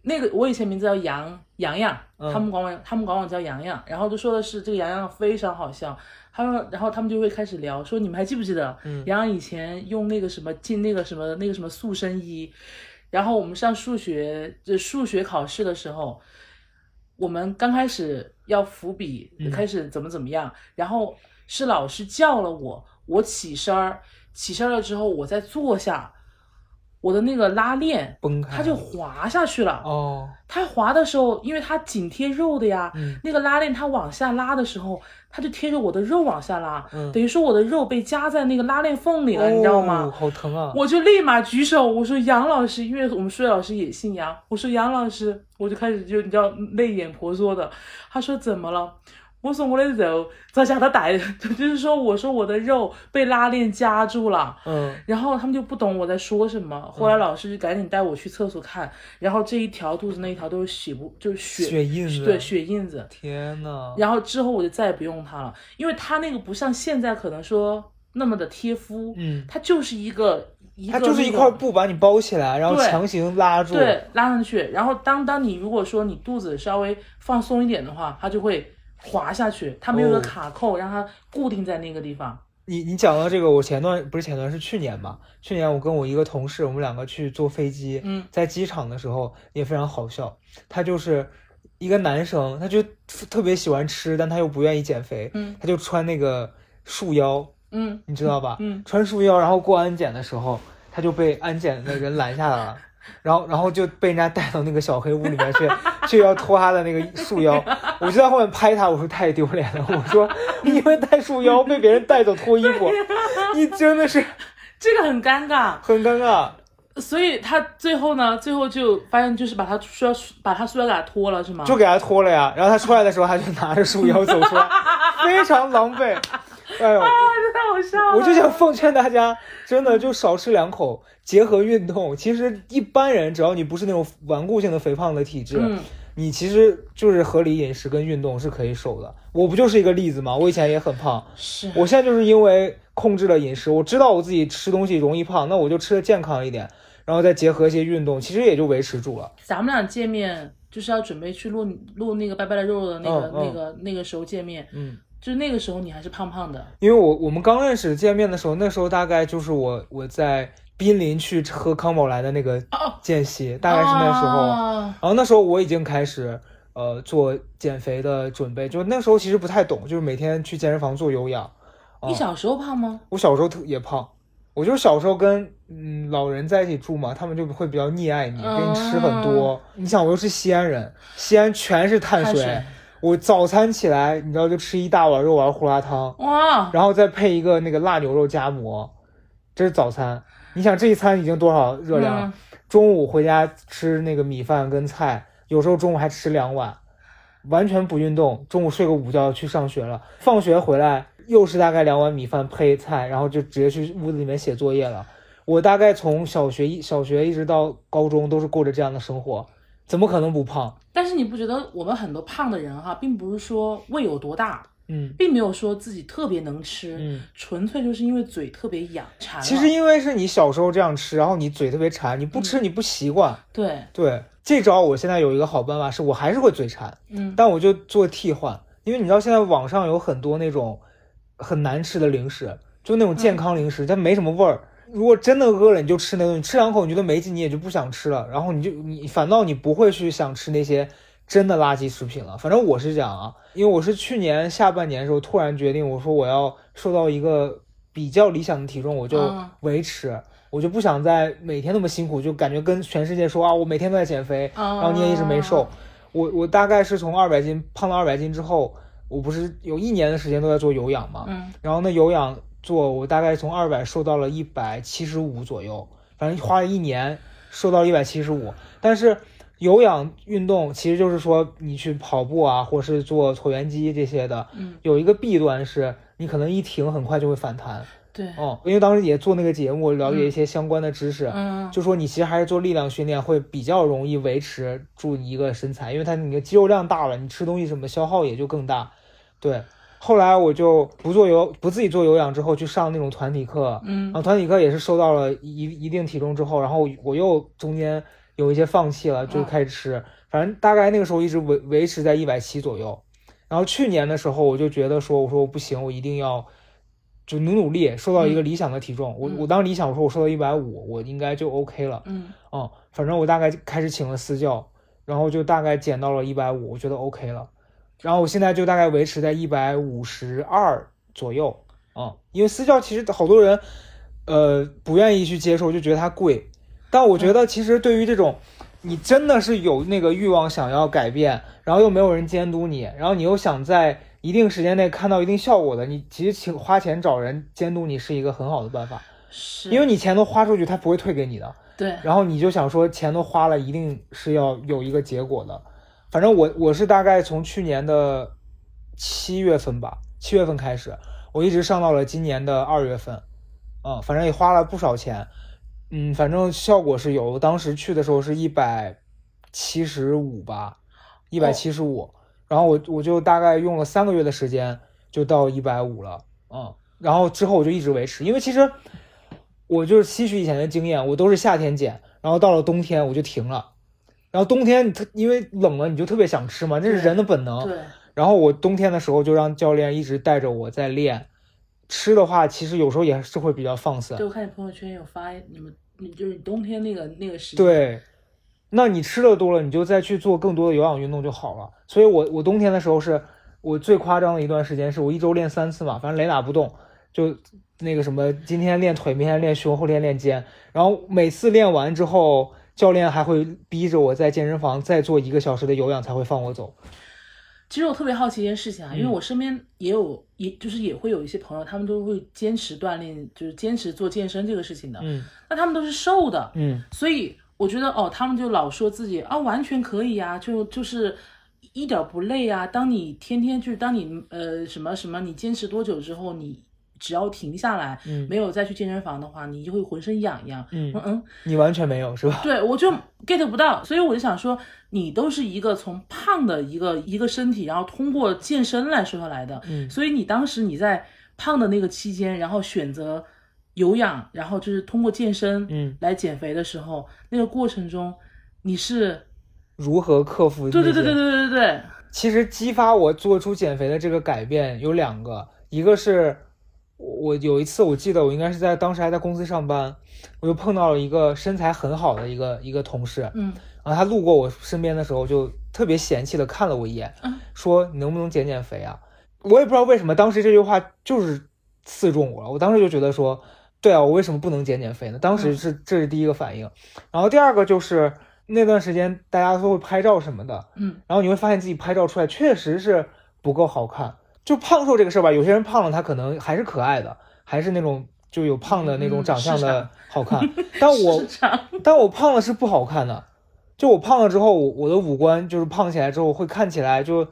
Speaker 1: 那个我以前名字叫杨洋洋，
Speaker 2: 嗯
Speaker 1: 他们管我他们管我叫洋洋，然后都说的是这个洋洋非常好笑，他们然后他们就会开始聊，说你们还记不记得
Speaker 2: 嗯
Speaker 1: 洋洋以前用那个什么进那个什么那个什么塑身衣，然后我们上数学这数学考试的时候，我们刚开始要伏笔
Speaker 2: 嗯，
Speaker 1: 开始怎么怎么样，然后是老师叫了我，我起身儿，起身儿了之后我再坐下，我的那个拉链
Speaker 2: 崩开，
Speaker 1: 它就滑下去了。
Speaker 2: 嗯哦，
Speaker 1: 它滑的时候，因为它紧贴肉的呀，
Speaker 2: 嗯
Speaker 1: 那个拉链它往下拉的时候，它就贴着我的肉往下拉，
Speaker 2: 嗯
Speaker 1: 等于说我的肉被夹在那个拉链缝里了，你知道
Speaker 2: 哦
Speaker 1: 吗？
Speaker 2: 好疼啊！
Speaker 1: 我就立马举手，我说杨老师，因为我们数学老师也姓杨，我说杨老师，我就开始就你知道泪眼婆娑的。他说怎么了？我说我的肉在下头带，就是说我说我的肉被拉链夹住了。
Speaker 2: 嗯，
Speaker 1: 然后他们就不懂我在说什么，后来老师就赶紧带我去厕所看，然后这一条肚子那一条都是血不就是血
Speaker 2: 血印子，
Speaker 1: 对血印子，
Speaker 2: 天呐，
Speaker 1: 然后之后我就再也不用它了，因为它那个不像现在可能说那么的贴肤，
Speaker 2: 嗯，
Speaker 1: 它就是一个一个
Speaker 2: 它就是
Speaker 1: 那
Speaker 2: 一
Speaker 1: 个
Speaker 2: 块布把你包起来，然后
Speaker 1: 对
Speaker 2: 强行拉住，
Speaker 1: 对拉上去，然后当当你如果说你肚子稍微放松一点的话，它就会滑下去，它没有一
Speaker 2: 哦
Speaker 1: 个卡扣让它固定在那个地方，
Speaker 2: 你你讲到这个，我前段不是前段是去年吧？去年我跟我一个同事，我们两个去坐飞机，
Speaker 1: 嗯，
Speaker 2: 在机场的时候也非常好笑。他就是一个男生，他就特别喜欢吃，但他又不愿意减肥，
Speaker 1: 嗯
Speaker 2: 他就穿那个束腰，
Speaker 1: 嗯
Speaker 2: 你知道吧？
Speaker 1: 嗯，
Speaker 2: 穿束腰，然后过安检的时候，他就被安检的人拦下来了， <laughs> 然后然后就被人家带到那个小黑屋里面去，去要脱他的那个束腰。我就在后面拍他，我说太丢脸了，我说你因为带束腰被别人带走脱衣服，你真的是
Speaker 1: 这个很尴尬。
Speaker 2: 很尴尬。
Speaker 1: 所以他最后呢，最后就发现就是把他塑料把他塑料给他脱了是吗？
Speaker 2: 就给他脱了呀。然后他出来的时候，他就拿着束腰走出来，非常狼狈。哎呦，
Speaker 1: 啊，这 <laughs> 太好笑了！
Speaker 2: 我就想奉劝
Speaker 1: <laughs>
Speaker 2: 大家，真的就少吃两口，结合运动。其实一般人，只要你不是那种顽固性的肥胖的体质，
Speaker 1: 嗯，
Speaker 2: 你其实就是合理饮食跟运动是可以瘦的。我不就是一个例子吗？我以前也很胖，
Speaker 1: 是
Speaker 2: 我现在就是因为控制了饮食，我知道我自己吃东西容易胖，那我就吃的健康一点，然后再结合一些运动，其实也就维持住了。
Speaker 1: 咱们俩见面就是要准备去录录那个拜拜的肉肉的那个、
Speaker 2: 嗯嗯
Speaker 1: 那个那个时候见面，
Speaker 2: 嗯。
Speaker 1: 就那个时候你还是胖胖的，
Speaker 2: 因为我我们刚认识见面的时候，那时候大概就是我我在濒临去喝康宝莱的那个
Speaker 1: 哦
Speaker 2: 间隙，大概是那时候。
Speaker 1: 啊
Speaker 2: 然后哦那时候我已经开始呃做减肥的准备，就那时候其实不太懂，就是每天去健身房做有氧。哦
Speaker 1: 你小时候胖吗？
Speaker 2: 我小时候特也胖，我就是小时候跟嗯老人在一起住嘛，他们就会比较溺爱你，
Speaker 1: 嗯
Speaker 2: 给你吃很多。你想，我又是西安人，西安全是哦碳水，我早餐起来你知道就吃一大碗肉丸胡辣汤。
Speaker 1: <laughs> 哇，
Speaker 2: 然后再配一个那个辣牛肉夹馍，这是早餐。你想这一餐已经多少热量？
Speaker 1: 嗯
Speaker 2: 中午回家吃那个米饭跟菜，有时候中午还吃两碗，完全不运动。中午睡个午觉去上学了，放学回来又是大概两碗米饭配菜，然后就直接去屋子里面写作业了。我大概从小学一小学一直到高中都是过着这样的生活，怎么可能不胖？
Speaker 1: 但是你不觉得我们很多胖的人哈，并不是说胃有多大，
Speaker 2: 嗯
Speaker 1: 并没有说自己特别能吃，
Speaker 2: 嗯。
Speaker 1: 纯粹就是因为嘴特别痒馋了。
Speaker 2: 其实因为是你小时候这样吃，然后你嘴特别馋，你不吃
Speaker 1: 嗯
Speaker 2: 你不习惯。
Speaker 1: 对，
Speaker 2: 对，这招我现在有一个好办法，是我还是会嘴馋，
Speaker 1: 嗯
Speaker 2: 但我就做替换，因为你知道现在网上有很多那种很难吃的零食，就那种健康零食，它没什么味儿。如果真的饿了，你就吃那东西，吃两口你觉得没劲，你也就不想吃了，然后你就你反倒你不会去想吃那些真的垃圾食品了。反正我是这样啊，因为我是去年下半年的时候突然决定，我说我要瘦到一个比较理想的体重，我就
Speaker 1: 嗯
Speaker 2: 维持。我就不想再每天那么辛苦，就感觉跟全世界说啊，我每天都在减肥，
Speaker 1: 啊，
Speaker 2: 然后你也一直没瘦。我我大概是从二百斤胖到二百斤之后，我不是有一年的时间都在做有氧嘛，
Speaker 1: 嗯，
Speaker 2: 然后那有氧做我大概从二百瘦到了一百七十五左右，反正花了一年瘦到一百七十五。但是有氧运动其实就是说你去跑步啊，或是做椭圆机这些的，
Speaker 1: 嗯，
Speaker 2: 有一个弊端是你可能一停很快就会反弹。
Speaker 1: 对，
Speaker 2: 哦，因为当时也做那个节目，了解一些相关的知识。
Speaker 1: 嗯，
Speaker 2: 就说你其实还是做力量训练会比较容易维持住你一个身材，因为它你的肌肉量大了，你吃东西什么消耗也就更大。对，后来我就不做有不自己做有氧之后去上那种团体课，
Speaker 1: 嗯
Speaker 2: 然后团体课也是瘦到了一一定体重之后，然后我又中间。有一些放弃了，就
Speaker 1: 嗯
Speaker 2: 开始吃。反正大概那个时候一直维维持在一百七左右。然后去年的时候，我就觉得说，我说我不行，我一定要就努努力，瘦到一个理想的体重。我
Speaker 1: 嗯
Speaker 2: 我当理想，我说我瘦到一百五，我应该就 OK 了。
Speaker 1: 嗯
Speaker 2: 嗯，反正我大概开始请了私教，然后就大概减到了一百五，我觉得 OK 了。然后我现在就大概维持在一百五十二左右啊、嗯，因为私教其实好多人，呃，不愿意去接受，就觉得它贵。但我觉得其实对于这种，你真的是有那个欲望想要改变，然后又没有人监督你，然后你又想在一定时间内看到一定效果的，你其实请花钱找人监督你是一个很好的办法，
Speaker 1: 是，
Speaker 2: 因为你钱都花出去，他不会退给你的。
Speaker 1: 对
Speaker 2: 然后你就想说钱都花了，一定是要有一个结果的。反正我我是大概从去年的七月份吧，七月份开始，我一直上到了今年的二月份，嗯，反正也花了不少钱，嗯，反正效果是有。我当时去的时候是一百七十五吧，一百七十五，然后我我就大概用了三个月的时间就到一百五了，
Speaker 1: 啊
Speaker 2: 嗯，然后之后我就一直维持，因为其实我就是吸取以前的经验，我都是夏天减，然后到了冬天我就停了，然后冬天你特因为冷了你就特别想吃嘛，这是
Speaker 1: 对
Speaker 2: 人的本能，
Speaker 1: 对，
Speaker 2: 然后我冬天的时候就让教练一直带着我在练，吃的话其实有时候也是会比较放肆
Speaker 1: 对，我看你朋友圈有发你们，你就是冬天那个那个时间，
Speaker 2: 对，那你吃的多了，你就再去做更多的有氧运动就好了。所以我我冬天的时候是我最夸张的一段时间，是我一周练三次嘛，反正雷打不动，就那个什么，今天练腿，明天练胸，后天练肩，然后每次练完之后。教练还会逼着我在健身房再做一个小时的有氧才会放我走。
Speaker 1: 其实我特别好奇一件事情啊，
Speaker 2: 嗯
Speaker 1: 因为我身边也有，也就是也会有一些朋友，他们都会坚持锻炼，就是坚持做健身这个事情的。
Speaker 2: 嗯
Speaker 1: 那他们都是瘦的，
Speaker 2: 嗯，
Speaker 1: 所以我觉得哦，他们就老说自己啊，完全可以啊，就就是一点儿不累啊。当你天天就是当你呃什么什么，你坚持多久之后，你只要停下来，
Speaker 2: 嗯
Speaker 1: 没有再去健身房的话，你就会浑身痒痒。
Speaker 2: 嗯
Speaker 1: 嗯嗯，
Speaker 2: 你完全没有是吧？
Speaker 1: 对我就 get 不到，所以我就想说，你都是一个从胖的一个一个身体，然后通过健身来瘦下来的，
Speaker 2: 嗯
Speaker 1: 所以你当时你在胖的那个期间，然后选择有氧，然后就是通过健身，
Speaker 2: 嗯，
Speaker 1: 来减肥的时候，那个过程中你是，
Speaker 2: 如何克服？
Speaker 1: 对对对对对对对对，
Speaker 2: 其实激发我做出减肥的这个改变有两个，一个是我我有一次我记得我应该是在当时还在公司上班，我就碰到了一个身材很好的一个一个同事，
Speaker 1: 嗯
Speaker 2: 然后他路过我身边的时候就特别嫌弃的看了我一眼
Speaker 1: 嗯，
Speaker 2: 说你能不能减减肥啊？我也不知道为什么当时这句话就是刺中我了，我当时就觉得说，对啊，我为什么不能减减肥呢？当时是这是第一个反应，然后第二个就是那段时间大家都会拍照什么的。
Speaker 1: 嗯
Speaker 2: 然后你会发现自己拍照出来确实是不够好看。就胖瘦这个事儿吧，有些人胖了他可能还是可爱的，还是那种就有胖的那种
Speaker 1: 嗯
Speaker 2: 长相
Speaker 1: 市
Speaker 2: 的
Speaker 1: 场 <laughs>
Speaker 2: 好看。但我
Speaker 1: 是这样，
Speaker 2: 但我胖了是不好看的，就我胖了之后，我我的五官就是胖起来之后会看起来就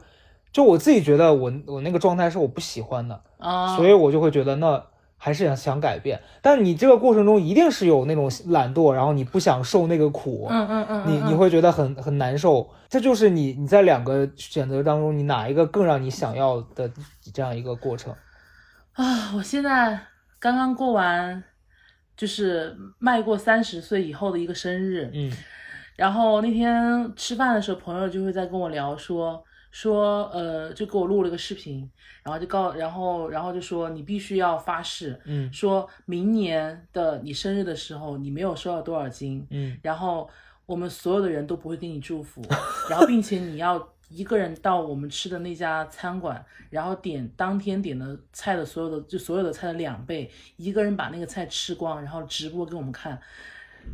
Speaker 2: 就我自己觉得我我那个状态是我不喜欢的，
Speaker 1: 啊，
Speaker 2: 所以我就会觉得那。还是想想改变，但你这个过程中一定是有那种懒惰，然后你不想受那个苦，
Speaker 1: 嗯嗯嗯，
Speaker 2: 你
Speaker 1: 嗯
Speaker 2: 你会觉得很很难受。这就是你你在两个选择当中，你哪一个更让你想要的这样一个过程？
Speaker 1: 啊，我现在刚刚过完，就是迈过三十岁以后的一个生日，
Speaker 2: 嗯
Speaker 1: 然后那天吃饭的时候，朋友就会在跟我聊说说呃，就给我录了个视频，然后就告，然后然后就说你必须要发誓，
Speaker 2: 嗯
Speaker 1: 说明年的你生日的时候你没有瘦到多少斤，
Speaker 2: 嗯
Speaker 1: 然后我们所有的人都不会给你祝福，然后并且你要一个人到我们吃的那家餐馆，然后点当天点的菜的所有的就所有的菜的两倍，一个人把那个菜吃光，然后直播给我们看。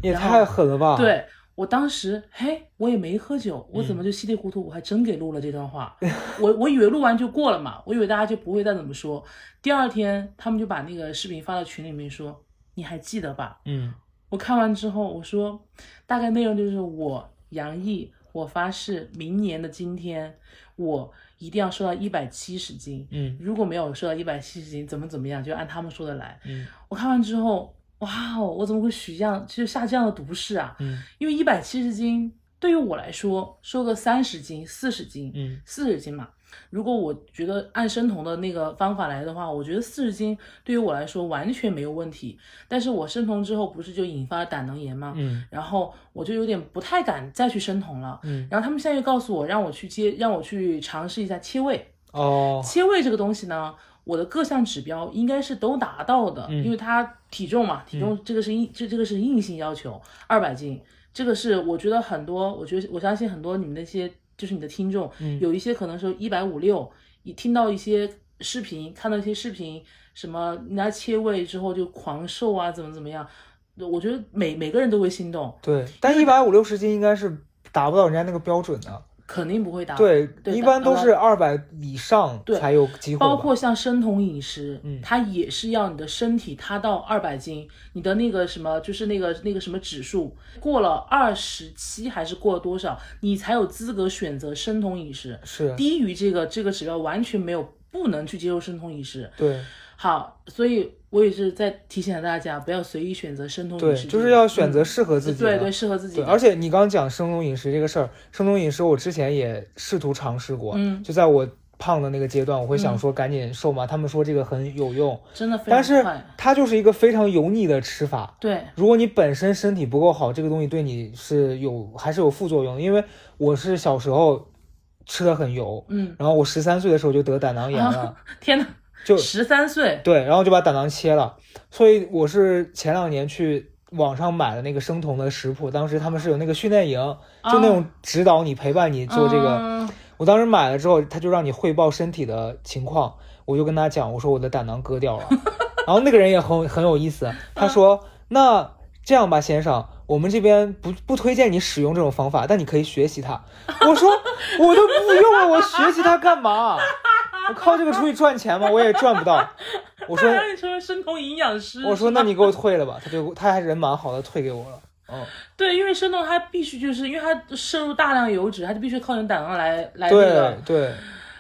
Speaker 2: 也
Speaker 1: 然后
Speaker 2: 太狠了吧！，
Speaker 1: 对我当时，嘿，我也没喝酒，我怎么就稀里糊涂，我还真给录了这段话。 <laughs> 我我以为录完就过了嘛，我以为大家就不会再怎么说。第二天他们就把那个视频发到群里面说，你还记得吧？
Speaker 2: 嗯
Speaker 1: 我看完之后，我说大概内容就是我杨毅，我发誓明年的今天，我一定要瘦到一百七十斤。
Speaker 2: 嗯
Speaker 1: 如果没有瘦到一百七十斤，怎么怎么样，就按他们说的来。
Speaker 2: 嗯
Speaker 1: 我看完之后，哇哦，我怎么会许这样，就下这样的毒誓啊？
Speaker 2: 嗯
Speaker 1: 因为一百七十斤对于我来说，瘦个三十斤、四十斤，
Speaker 2: 嗯
Speaker 1: 四十斤嘛，如果我觉得按生酮的那个方法来的话，我觉得四十斤对于我来说完全没有问题。但是我生酮之后不是就引发了胆囊炎吗？
Speaker 2: 嗯
Speaker 1: 然后我就有点不太敢再去生酮了。
Speaker 2: 嗯，
Speaker 1: 然后他们现在又告诉我，让我去接，让我去尝试一下切胃。
Speaker 2: 哦，
Speaker 1: 切胃这个东西呢，我的各项指标应该是都达到的，因为它体重嘛，体重这个是硬，这这个是硬性要求，二百斤，这个是我觉得很多，我觉得我相信很多你们那些就是你的听众，有一些可能是一百五六，你听到一些视频，看到一些视频，什么人家切胃之后就狂瘦啊，怎么怎么样，我觉得每每个人都会心动，
Speaker 2: 对，但一百五六十斤应该是达不到人家那个标准的。
Speaker 1: 肯定不会达到。
Speaker 2: 对，
Speaker 1: 啊对
Speaker 2: 一
Speaker 1: 达
Speaker 2: 般都
Speaker 1: 达
Speaker 2: 是二百以上
Speaker 1: 对
Speaker 2: 才有机会吧。
Speaker 1: 包括像生酮饮食，
Speaker 2: 嗯
Speaker 1: 它也是要你的身体，它到二百斤，你的那个什么，就是那个那个什么指数过了二十七还是过了多少，你才有资格选择生酮饮食。
Speaker 2: 是，
Speaker 1: 低于这个这个指标，完全没有不能去接受生酮饮食。
Speaker 2: 对
Speaker 1: 好，所以我也是在提醒大家，不要随意选择生酮饮
Speaker 2: 对，
Speaker 1: 食，
Speaker 2: 就是要选择适合自己
Speaker 1: 嗯
Speaker 2: 的。
Speaker 1: 对对适合自己
Speaker 2: 对，
Speaker 1: 的。
Speaker 2: 而且你刚讲生酮饮食这个事儿，生酮饮食我之前也试图尝试过，
Speaker 1: 嗯
Speaker 2: 就在我胖的那个阶段，我会想说赶紧瘦嘛，他们说这个很有用，
Speaker 1: 真的非
Speaker 2: 但
Speaker 1: 常
Speaker 2: 是
Speaker 1: 快，
Speaker 2: 它就是一个非常油腻的吃法。
Speaker 1: 对，
Speaker 2: 如果你本身身体不够好，这个东西对你是有还是有副作用的。因为我是小时候吃的很油，
Speaker 1: 嗯，
Speaker 2: 然后我十三岁的时候就得胆囊炎了，
Speaker 1: <laughs> 天哪，
Speaker 2: 啊就
Speaker 1: 十三岁，
Speaker 2: 对，然后就把胆囊切了。所以我是前两年去网上买的那个生酮的食谱，当时他们是有那个训练营，就那种指导你、陪伴你做这个。
Speaker 1: 嗯
Speaker 2: 我当时买了之后，他就让你汇报身体的情况，我就跟他讲，我说我的胆囊割掉了。然后那个人也很很有意思，他说
Speaker 1: 嗯
Speaker 2: 那这样吧，先生。我们这边不不推荐你使用这种方法，但你可以学习它。我说我都不用了，我学习它干嘛？我靠这个出去赚钱吗？我也赚不到。我说
Speaker 1: 他让你成为生酮营养师，
Speaker 2: 我说那你给我退了吧，他就他还人蛮好的，退给我了。嗯，
Speaker 1: 对，因为生酮它必须就是因为它摄入大量油脂，它就必须靠你胆囊来哎来那
Speaker 2: 对
Speaker 1: 个。
Speaker 2: 对，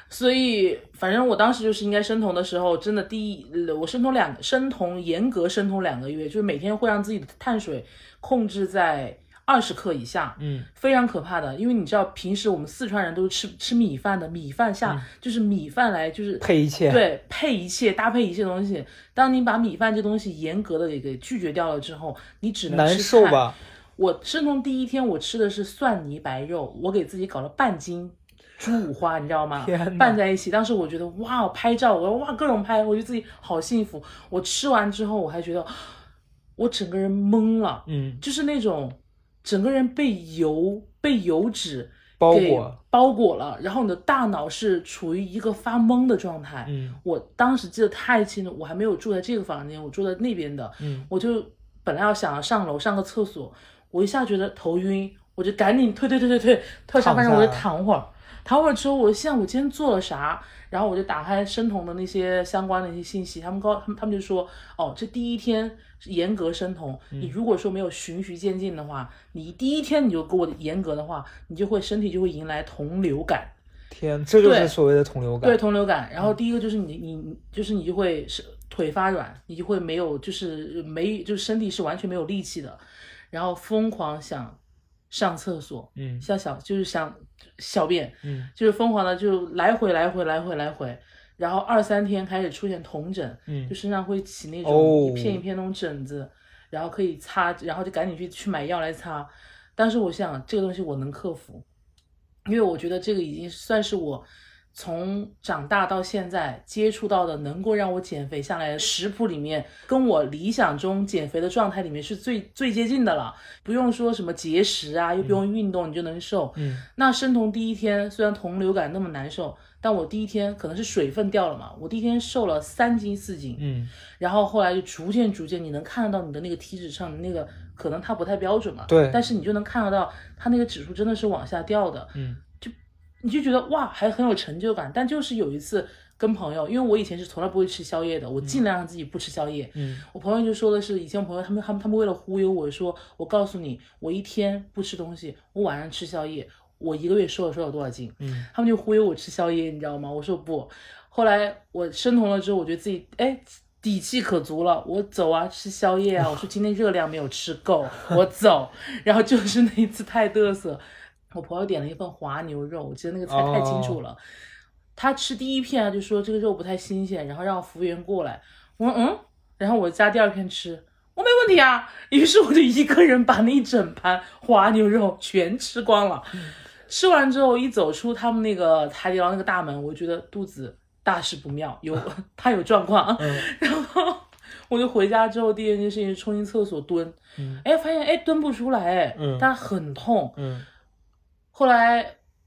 Speaker 1: 所以反正我当时就是应该生酮的时候，真的第一，呃我生酮两生酮严格生酮两个月，就是每天会让自己的碳水控制在二十克以下。
Speaker 2: 嗯，
Speaker 1: 非常可怕的，因为你知道，平时我们四川人都是吃吃米饭的，米饭
Speaker 2: 嗯
Speaker 1: 下、就是米饭来就是
Speaker 2: 配一切。
Speaker 1: 对，配一切搭配一切东西。当你把米饭这东西严格的给给拒绝掉了之后，你只能
Speaker 2: 难
Speaker 1: 吃
Speaker 2: 受
Speaker 1: 菜？
Speaker 2: 吧？
Speaker 1: 我生酮第一天，我吃的是蒜泥白肉，我给自己搞了半斤猪五花，你知道吗
Speaker 2: 天哪？
Speaker 1: 拌在一起。当时我觉得哇，我拍照，我哇各种拍，我觉得自己好幸福。我吃完之后，我还觉得我整个人懵了，
Speaker 2: 嗯，
Speaker 1: 就是那种整个人被油被油脂
Speaker 2: 包
Speaker 1: 给
Speaker 2: 裹。
Speaker 1: 包裹了，然后你的大脑是处于一个发懵的状态。
Speaker 2: 嗯
Speaker 1: 我当时记得太清了，我还没有住在这个房间，我住在那边的。
Speaker 2: 嗯，
Speaker 1: 我就本来要想要上楼上个厕所，我一下觉得头晕，我就赶紧退退退退退，退到沙发上
Speaker 2: 躺下
Speaker 1: 我
Speaker 2: 来
Speaker 1: 就躺会儿。躺会儿之后，我想我今天做了啥，然后我就打开生酮的那些相关的一些信息，他们告他们他们就说，哦，这第一天是严格生酮，
Speaker 2: 嗯
Speaker 1: 你如果说没有循序渐进的话，你第一天你就给我严格的话，你就会身体就会迎来酮流感。
Speaker 2: 天，这就
Speaker 1: 对
Speaker 2: 是所谓的同流感。
Speaker 1: 对，酮流感。然后第一个就是你你你就是你就会是腿发软，你就会没有就是没就是身体是完全没有力气的，然后疯狂想上厕所，
Speaker 2: 嗯
Speaker 1: 像小就是想小便，
Speaker 2: 嗯，
Speaker 1: 就是疯狂的就来回来回来回来回，然后二三天开始出现红疹，
Speaker 2: 嗯
Speaker 1: 就身上会起那
Speaker 2: 哦
Speaker 1: 种一片一片那种疹子，然后可以擦，然后就赶紧去去买药来擦。但是我想这个东西我能克服，因为我觉得这个已经算是我从长大到现在接触到的能够让我减肥下来的食谱里面，跟我理想中减肥的状态里面是最最接近的了。不用说什么节食啊，又不用运动，你就能瘦。
Speaker 2: 嗯，
Speaker 1: 那生酮第一天虽然酮流感那么难受，但我第一天可能是水分掉了嘛，我第一天瘦了三斤四斤，
Speaker 2: 嗯，
Speaker 1: 然后后来就逐渐逐渐，你能看得到你的那个体脂上的那个，可能它不太标准嘛，
Speaker 2: 对
Speaker 1: 但是你就能看得到它那个指数真的是往下掉的，
Speaker 2: 嗯，
Speaker 1: 就你就觉得哇，还很有成就感。但就是有一次跟朋友，因为我以前是从来不会吃宵夜的，我尽量让自己不吃宵夜，
Speaker 2: 嗯，
Speaker 1: 我朋友就说的是，以前我朋友他们他们他们为了忽悠我说，我告诉你，我一天不吃东西，我晚上吃宵夜，我一个月瘦了瘦了多少斤？
Speaker 2: 嗯，
Speaker 1: 他们就忽悠我吃宵夜，你知道吗？我说不，后来我生酮了之后，我觉得自己哎。底气可足了，我走啊，吃宵夜啊！我说今天热量没有吃够，我走。然后就是那一次太嘚瑟，我朋友点了一份滑牛肉，我记得那个菜太清楚了。他吃第一片啊，就说这个肉不太新鲜，然后让服务员过来。我说嗯，然后我加第二片吃，我没问题啊。于是我就一个人把那一整盘滑牛肉全吃光了。
Speaker 2: 嗯
Speaker 1: 吃完之后一走出他们那个海底捞那个大门，我觉得肚子大事不妙，有 <laughs> 他有状况。
Speaker 2: 嗯
Speaker 1: <laughs> 然后我就回家之后，第一件事情是冲进厕所蹲，
Speaker 2: 嗯
Speaker 1: 哎，发现哎蹲不出来，哎
Speaker 2: 嗯，
Speaker 1: 但很痛。
Speaker 2: 嗯
Speaker 1: 后来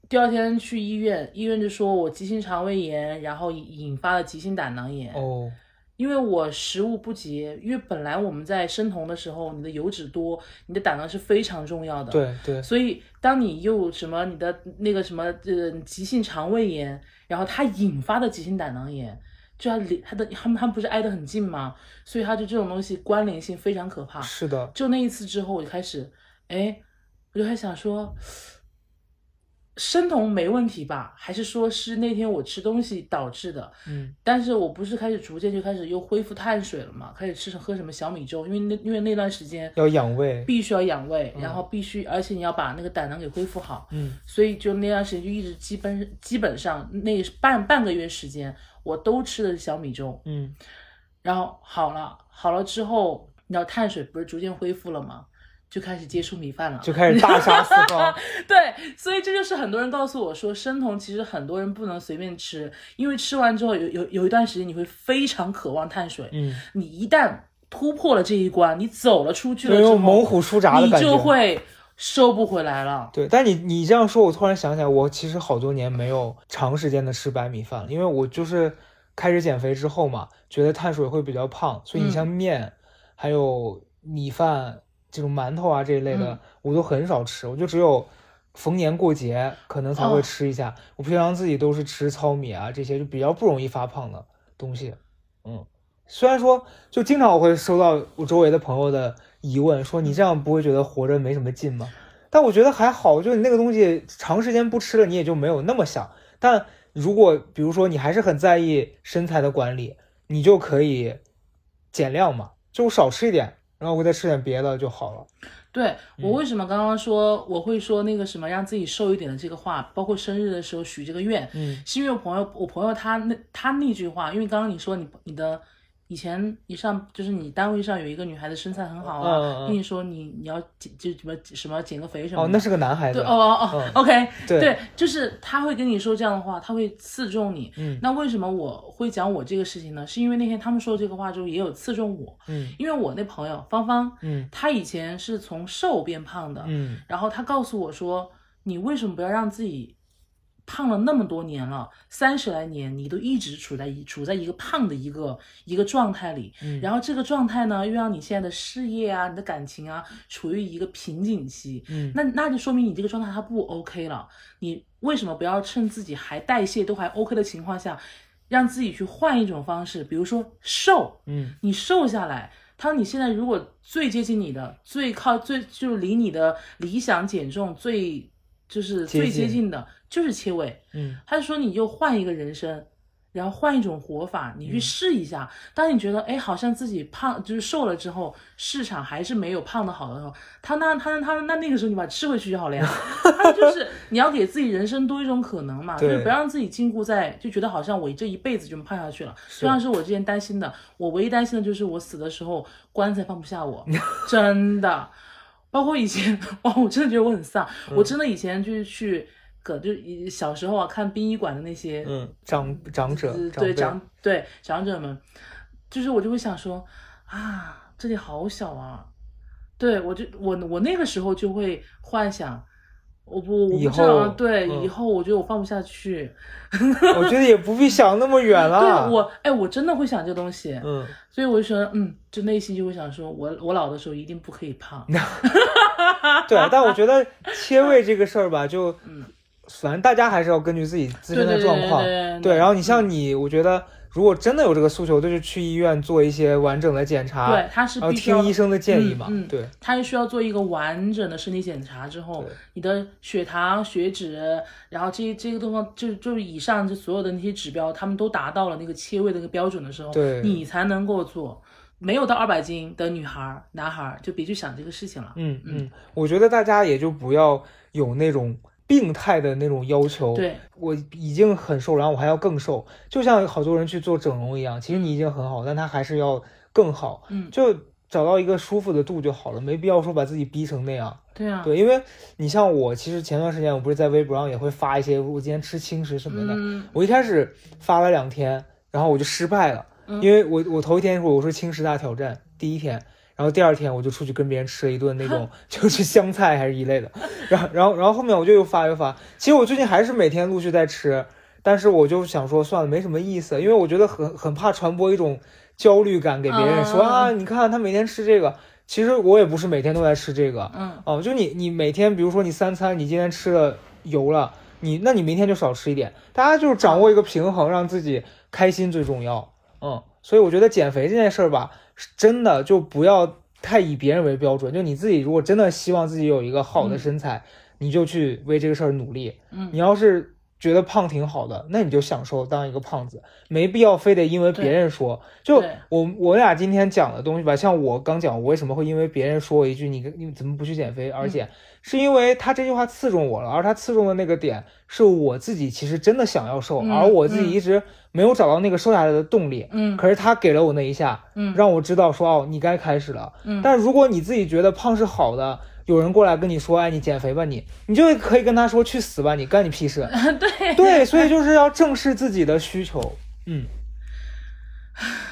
Speaker 1: 第二天去医院，医院就说我急性肠胃炎，然后引发了急性胆囊炎。
Speaker 2: 哦
Speaker 1: 因为我食物不节，因为本来我们在生酮的时候，你的油脂多，你的胆囊是非常重要的。。
Speaker 2: 对对
Speaker 1: 所以，当你又什么你的那个什么呃急性肠胃炎，然后它引发的急性胆囊炎，就它离它的他们他们不是挨得很近吗？所以它就这种东西关联性非常可怕。
Speaker 2: 是的
Speaker 1: 就那一次之后，我就开始，哎，我就还想说，生酮没问题吧？还是说是那天我吃东西导致的？
Speaker 2: 嗯
Speaker 1: 但是我不是开始逐渐就开始又恢复碳水了嘛，开始吃喝什么小米粥，因为那因为那段时间
Speaker 2: 要养胃
Speaker 1: 必须要养胃，
Speaker 2: 嗯
Speaker 1: 然后必须而且你要把那个胆囊给恢复好，
Speaker 2: 嗯
Speaker 1: 所以就那段时间就一直基本基本上那半半个月时间我都吃的是小米粥，
Speaker 2: 嗯
Speaker 1: 然后好了好了之后，你知道碳水不是逐渐恢复了吗？就开始接触米饭了，
Speaker 2: 就开始大杀四
Speaker 1: <laughs>
Speaker 2: 方
Speaker 1: 对，所以这就是很多人告诉我说，生酮其实很多人不能随便吃，因为吃完之后有有有一段时间你会非常渴望碳水，
Speaker 2: 嗯
Speaker 1: 你一旦突破了这一关，你走了出去
Speaker 2: 就
Speaker 1: 了之
Speaker 2: 有猛
Speaker 1: 后，
Speaker 2: 虎出闸的
Speaker 1: 你
Speaker 2: 感
Speaker 1: 就
Speaker 2: 觉。
Speaker 1: 会收不回来了。
Speaker 2: 对，但你你这样说，我突然想起来，我其实好多年没有长时间的吃白米饭了，因为我就是开始减肥之后嘛，觉得碳水会比较胖，所以你像面、还有米饭这种馒头啊这一类的，
Speaker 1: 嗯
Speaker 2: 我都很少吃，我就只有逢年过节可能才会
Speaker 1: 哦
Speaker 2: 吃一下。我平常自己都是吃糙米啊这些，就比较不容易发胖的东西。嗯，虽然说就经常我会收到我周围的朋友的疑问，说你这样不会觉得活着没什么劲吗？但我觉得还好，就你那个东西长时间不吃了，你也就没有那么想。但如果比如说你还是很在意身材的管理，你就可以减量嘛，就少吃一点，然后我再吃点别的就好了。
Speaker 1: 对我
Speaker 2: 嗯
Speaker 1: 为什么刚刚说我会说那个什么让自己瘦一点的这个话，包括生日的时候许这个愿，
Speaker 2: 嗯
Speaker 1: 是因为我朋友，我朋友他那他那句话，因为刚刚你说你你的以前一上就是你单位上有一个女孩子身材很好啊，
Speaker 2: 嗯嗯嗯
Speaker 1: 跟你说你你要减就什么什么减个肥什么
Speaker 2: 哦，
Speaker 1: 的。
Speaker 2: 那是个男孩子。
Speaker 1: 对哦哦哦、
Speaker 2: 嗯
Speaker 1: o k
Speaker 2: 对
Speaker 1: 就是他会跟你说这样的话，他会刺中你。
Speaker 2: 嗯
Speaker 1: 那为什么我会讲我这个事情呢？是因为那天他们说这个话之后也有刺中我， <laughs>
Speaker 2: 嗯
Speaker 1: 因为我那朋友芳芳，
Speaker 2: 嗯
Speaker 1: 她以前是从瘦变胖的，
Speaker 2: 嗯
Speaker 1: 然后他告诉我说：“你为什么不要让自己胖了那么多年了？三十来年，你都一直处在一处在一个胖的一个一个状态里。
Speaker 2: 嗯
Speaker 1: 然后这个状态呢，又让你现在的事业啊、你的感情啊，处于一个瓶颈期。
Speaker 2: 嗯
Speaker 1: 那那就说明你这个状态它不 OK 了。你为什么不要趁自己还代谢都还 OK 的情况下，让自己去换一种方式，比如说瘦，
Speaker 2: 嗯
Speaker 1: 你瘦下来，他说你现在如果最接近你的、最靠最就是离你的理想减重最就是
Speaker 2: 接
Speaker 1: 最接
Speaker 2: 近
Speaker 1: 近的，就是切胃。
Speaker 2: 嗯
Speaker 1: 他就说你就换一个人生，然后换一种活法，你去
Speaker 2: 嗯
Speaker 1: 试一下。当你觉得哎，好像自己胖就是瘦了之后，市场还是没有胖的好的时候，他那他他那那个时候你把它吃回去就好了
Speaker 2: <laughs>
Speaker 1: 呀。他就是你要给自己人生多一种可能嘛，就
Speaker 2: 对
Speaker 1: 是不要让自己禁锢在就觉得好像我这一辈子就胖下去了。就像是我之前担心的，我唯一担心的就是我死的时候棺材放不下我，真的。包括以前，哇，我真的觉得我很丧。
Speaker 2: 嗯
Speaker 1: 我真的以前就是去搁，就是以小时候啊，看殡仪馆的那些，
Speaker 2: 嗯，长长者
Speaker 1: 就是
Speaker 2: 长
Speaker 1: 对
Speaker 2: 辈
Speaker 1: 长对长者们，就是我就会想说啊，这里好小啊。对我就我我那个时候就会幻想，我不我
Speaker 2: 以
Speaker 1: 不知道啊
Speaker 2: 后
Speaker 1: 对、
Speaker 2: 嗯
Speaker 1: 以后我觉得我放不下去。
Speaker 2: 我觉得也不必想那么远
Speaker 1: 对
Speaker 2: 了。
Speaker 1: 我哎，我真的会想这东西。
Speaker 2: 嗯，
Speaker 1: 所以我就说，嗯，就内心就会想说，我我老的时候一定不可以胖。
Speaker 2: 嗯对，啊但我觉得切胃这个事儿吧，就
Speaker 1: 嗯
Speaker 2: 反正大家还是要根据自己自身的状况。
Speaker 1: 对对对嗯
Speaker 2: 对，然后你像你，我觉得如果真的有这个诉求，就是去医院做一些完整的检查，
Speaker 1: 对，他是
Speaker 2: 啊然后
Speaker 1: 必须要
Speaker 2: 听医，生的建议嘛。
Speaker 1: 嗯嗯
Speaker 2: 对，
Speaker 1: 他是需要做一个完整的身体检查之后
Speaker 2: 对，
Speaker 1: 你的血糖、血脂，然后这这个地方就就是以上就所有的那些指标，他们都达到了那个切胃的那个标准的时候，
Speaker 2: 对
Speaker 1: 你才能够做。没有到二百斤的女孩儿、
Speaker 2: 嗯
Speaker 1: 男孩儿就别去想这个事情了。
Speaker 2: 嗯嗯，我觉得大家也就不要有那种。病态的那种要求。
Speaker 1: 对，
Speaker 2: 我已经很瘦，然后我还要更瘦，就像好多人去做整容一样，其实你已经很好，但他还是要更好。
Speaker 1: 嗯
Speaker 2: 就找到一个舒服的度就好了，没必要说把自己逼成那样。
Speaker 1: 对啊，
Speaker 2: 对，因为你像我，其实前段时间我不是在微博上也会发一些我今天吃轻食什么的，
Speaker 1: 嗯，
Speaker 2: 我一开始发了两天，然后我就失败了，
Speaker 1: 嗯
Speaker 2: 因为我我头一天说我说轻食大挑战第一天，然后第二天我就出去跟别人吃了一顿那
Speaker 1: <laughs>
Speaker 2: 种就是香菜还是一类的，然后然后然后后面我就又发又发，其实我最近还是每天陆续在吃，但是我就想说算了没什么意思，因为我觉得很很怕传播一种焦虑感给别人，说
Speaker 1: 啊
Speaker 2: 啊你看他每天吃这个，其实我也不是每天都在吃这个，
Speaker 1: 嗯，
Speaker 2: 哦，就你你每天，比如说你三餐，你今天吃了油了，你那你明天就少吃一点。大家就是掌握一个平衡，让自己开心最重要。嗯，所以我觉得减肥这件事儿吧，是真的就不要太以别人为标准。就你自己如果真的希望自己有一个好的
Speaker 1: 嗯
Speaker 2: 身材，你就去为这个事儿努力。
Speaker 1: 嗯
Speaker 2: 你要是觉得胖挺好的，那你就享受当一个胖子，没必要非得因为别
Speaker 1: 对
Speaker 2: 人说。就
Speaker 1: 对
Speaker 2: 我我俩今天讲的东西吧，像我刚讲，我为什么会因为别人说我一句你你怎么不去减肥，而
Speaker 1: 嗯
Speaker 2: 且是因为他这句话刺中我了，而他刺中的那个点是我自己其实真的想要瘦，
Speaker 1: 嗯
Speaker 2: 而我自己一直没有找到那个瘦下来的动力。
Speaker 1: 嗯
Speaker 2: 可是他给了我那一下，
Speaker 1: 嗯
Speaker 2: 让我知道说哦，你该开始了。
Speaker 1: 嗯
Speaker 2: 但如果你自己觉得胖是好的，有人过来跟你说，哎，你减肥吧你，你就可以跟他说去死吧你，干你屁
Speaker 1: <laughs>
Speaker 2: 事。对对，所以就是要正视自己的需求。嗯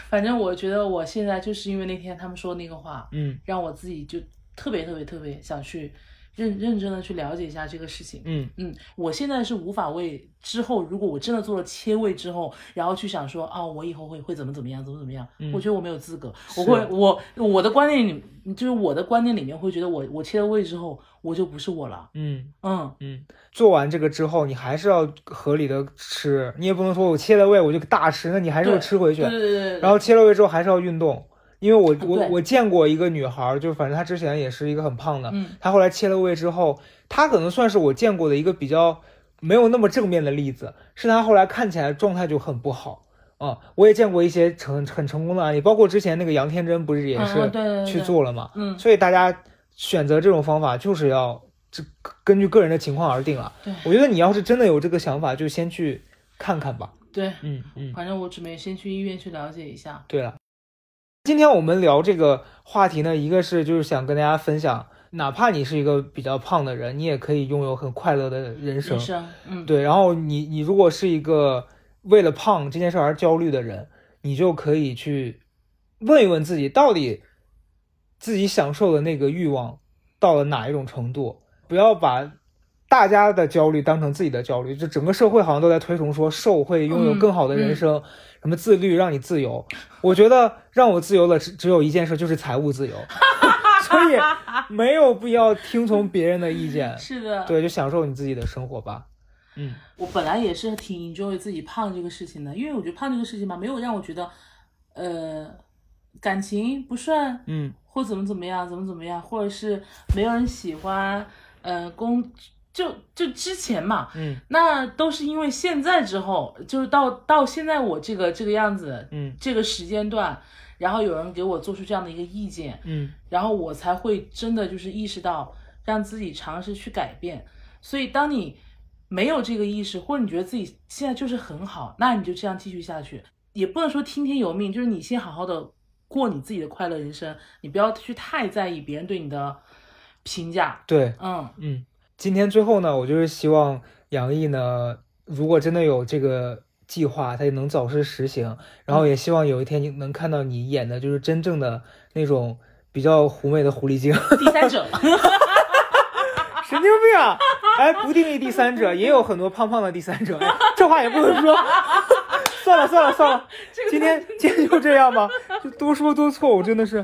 Speaker 1: 反正我觉得我现在就是因为那天他们说那个话，
Speaker 2: 嗯
Speaker 1: 让我自己就特别特别特别想去认认真的去了解一下这个事情。
Speaker 2: 嗯
Speaker 1: 嗯，我现在是无法为之后，如果我真的做了切胃之后，然后去想说啊，我以后会会怎么怎么样，怎么怎么样，我觉得我没有资格。我
Speaker 2: 嗯是
Speaker 1: 会我我的观念里，就是我的观念里面会觉得我我切了胃之后，我就不是我了。
Speaker 2: 嗯
Speaker 1: 嗯，
Speaker 2: 嗯，做完这个之后，你还是要合理的吃，你也不能说我切了胃我就大吃，那你还是会吃回去
Speaker 1: 对。对对对对。
Speaker 2: 然后切了胃之后还是要运动，因为我我
Speaker 1: 对
Speaker 2: 我见过一个女孩儿，就反正她之前也是一个很胖的，
Speaker 1: 嗯
Speaker 2: 她后来切了胃之后，她可能算是我见过的一个比较没有那么正面的例子，是她后来看起来状态就很不好。啊、我也见过一些成很成功的案例，包括之前那个杨天真不是也
Speaker 1: 嗯
Speaker 2: 是
Speaker 1: 嗯对对对
Speaker 2: 去
Speaker 1: 对
Speaker 2: 做了嘛，
Speaker 1: 嗯
Speaker 2: 所以大家选择这种方法就是要这根据个人的情况而定了
Speaker 1: 对。
Speaker 2: 我觉得你要是真的有这个想法，就先去看看吧。
Speaker 1: 对，
Speaker 2: 嗯嗯。
Speaker 1: 反正我准备先去医院去了解一下。
Speaker 2: 对了，今天我们聊这个话题呢，一个是就是想跟大家分享，哪怕你是一个比较胖的人，你也可以拥有很快乐的人生
Speaker 1: 医。生，嗯，
Speaker 2: 对，然后你你如果是一个为了胖这件事而焦虑的人，你就可以去问一问自己，到底自己享受的那个欲望到了哪一种程度，不要把。大家的焦虑当成自己的焦虑，就整个社会好像都在推崇说瘦会拥有
Speaker 1: 嗯
Speaker 2: 更好的人
Speaker 1: 嗯
Speaker 2: 生，什么自律让你自由。我觉得让我自由的只只有一件事，就是财务自由， <laughs> 所以没有必要听从别人的意见。
Speaker 1: 是的，
Speaker 2: <laughs> 对，就享受你自己的生活吧。嗯
Speaker 1: 我本来也是挺 enjoy 自己胖这个事情的，因为我觉得胖这个事情吧，没有让我觉得，呃，感情不顺，
Speaker 2: 嗯
Speaker 1: 或怎么怎么样，怎么怎么样，或者是没有人喜欢，呃，工就就之前嘛，
Speaker 2: 嗯
Speaker 1: 那都是因为现在之后，就是到到现在我这个这个样子，
Speaker 2: 嗯
Speaker 1: 这个时间段，然后有人给我做出这样的一个意见，
Speaker 2: 嗯
Speaker 1: 然后我才会真的就是意识到，让自己尝试去改变。所以，当你没有这个意识，或者你觉得自己现在就是很好，那你就这样继续下去，也不能说听天由命，就是你先好好的过你自己的快乐人生，你不要去太在意别人对你的评价。
Speaker 2: 对，
Speaker 1: 嗯
Speaker 2: 嗯。今天最后呢，我就是希望杨毅呢，如果真的有这个计划，他也能早日实行。然后也希望有一天你能看到你演的就是真正的那种比较狐媚的狐狸精。
Speaker 1: 第三者，
Speaker 2: <laughs>
Speaker 1: <laughs>
Speaker 2: 神经病啊！哎，不定义第三者，也有很多胖胖的第三者，哎、这话也不能说。 <laughs> 算了算了算了，今天今天就这样吧，就多说多错，我真的是。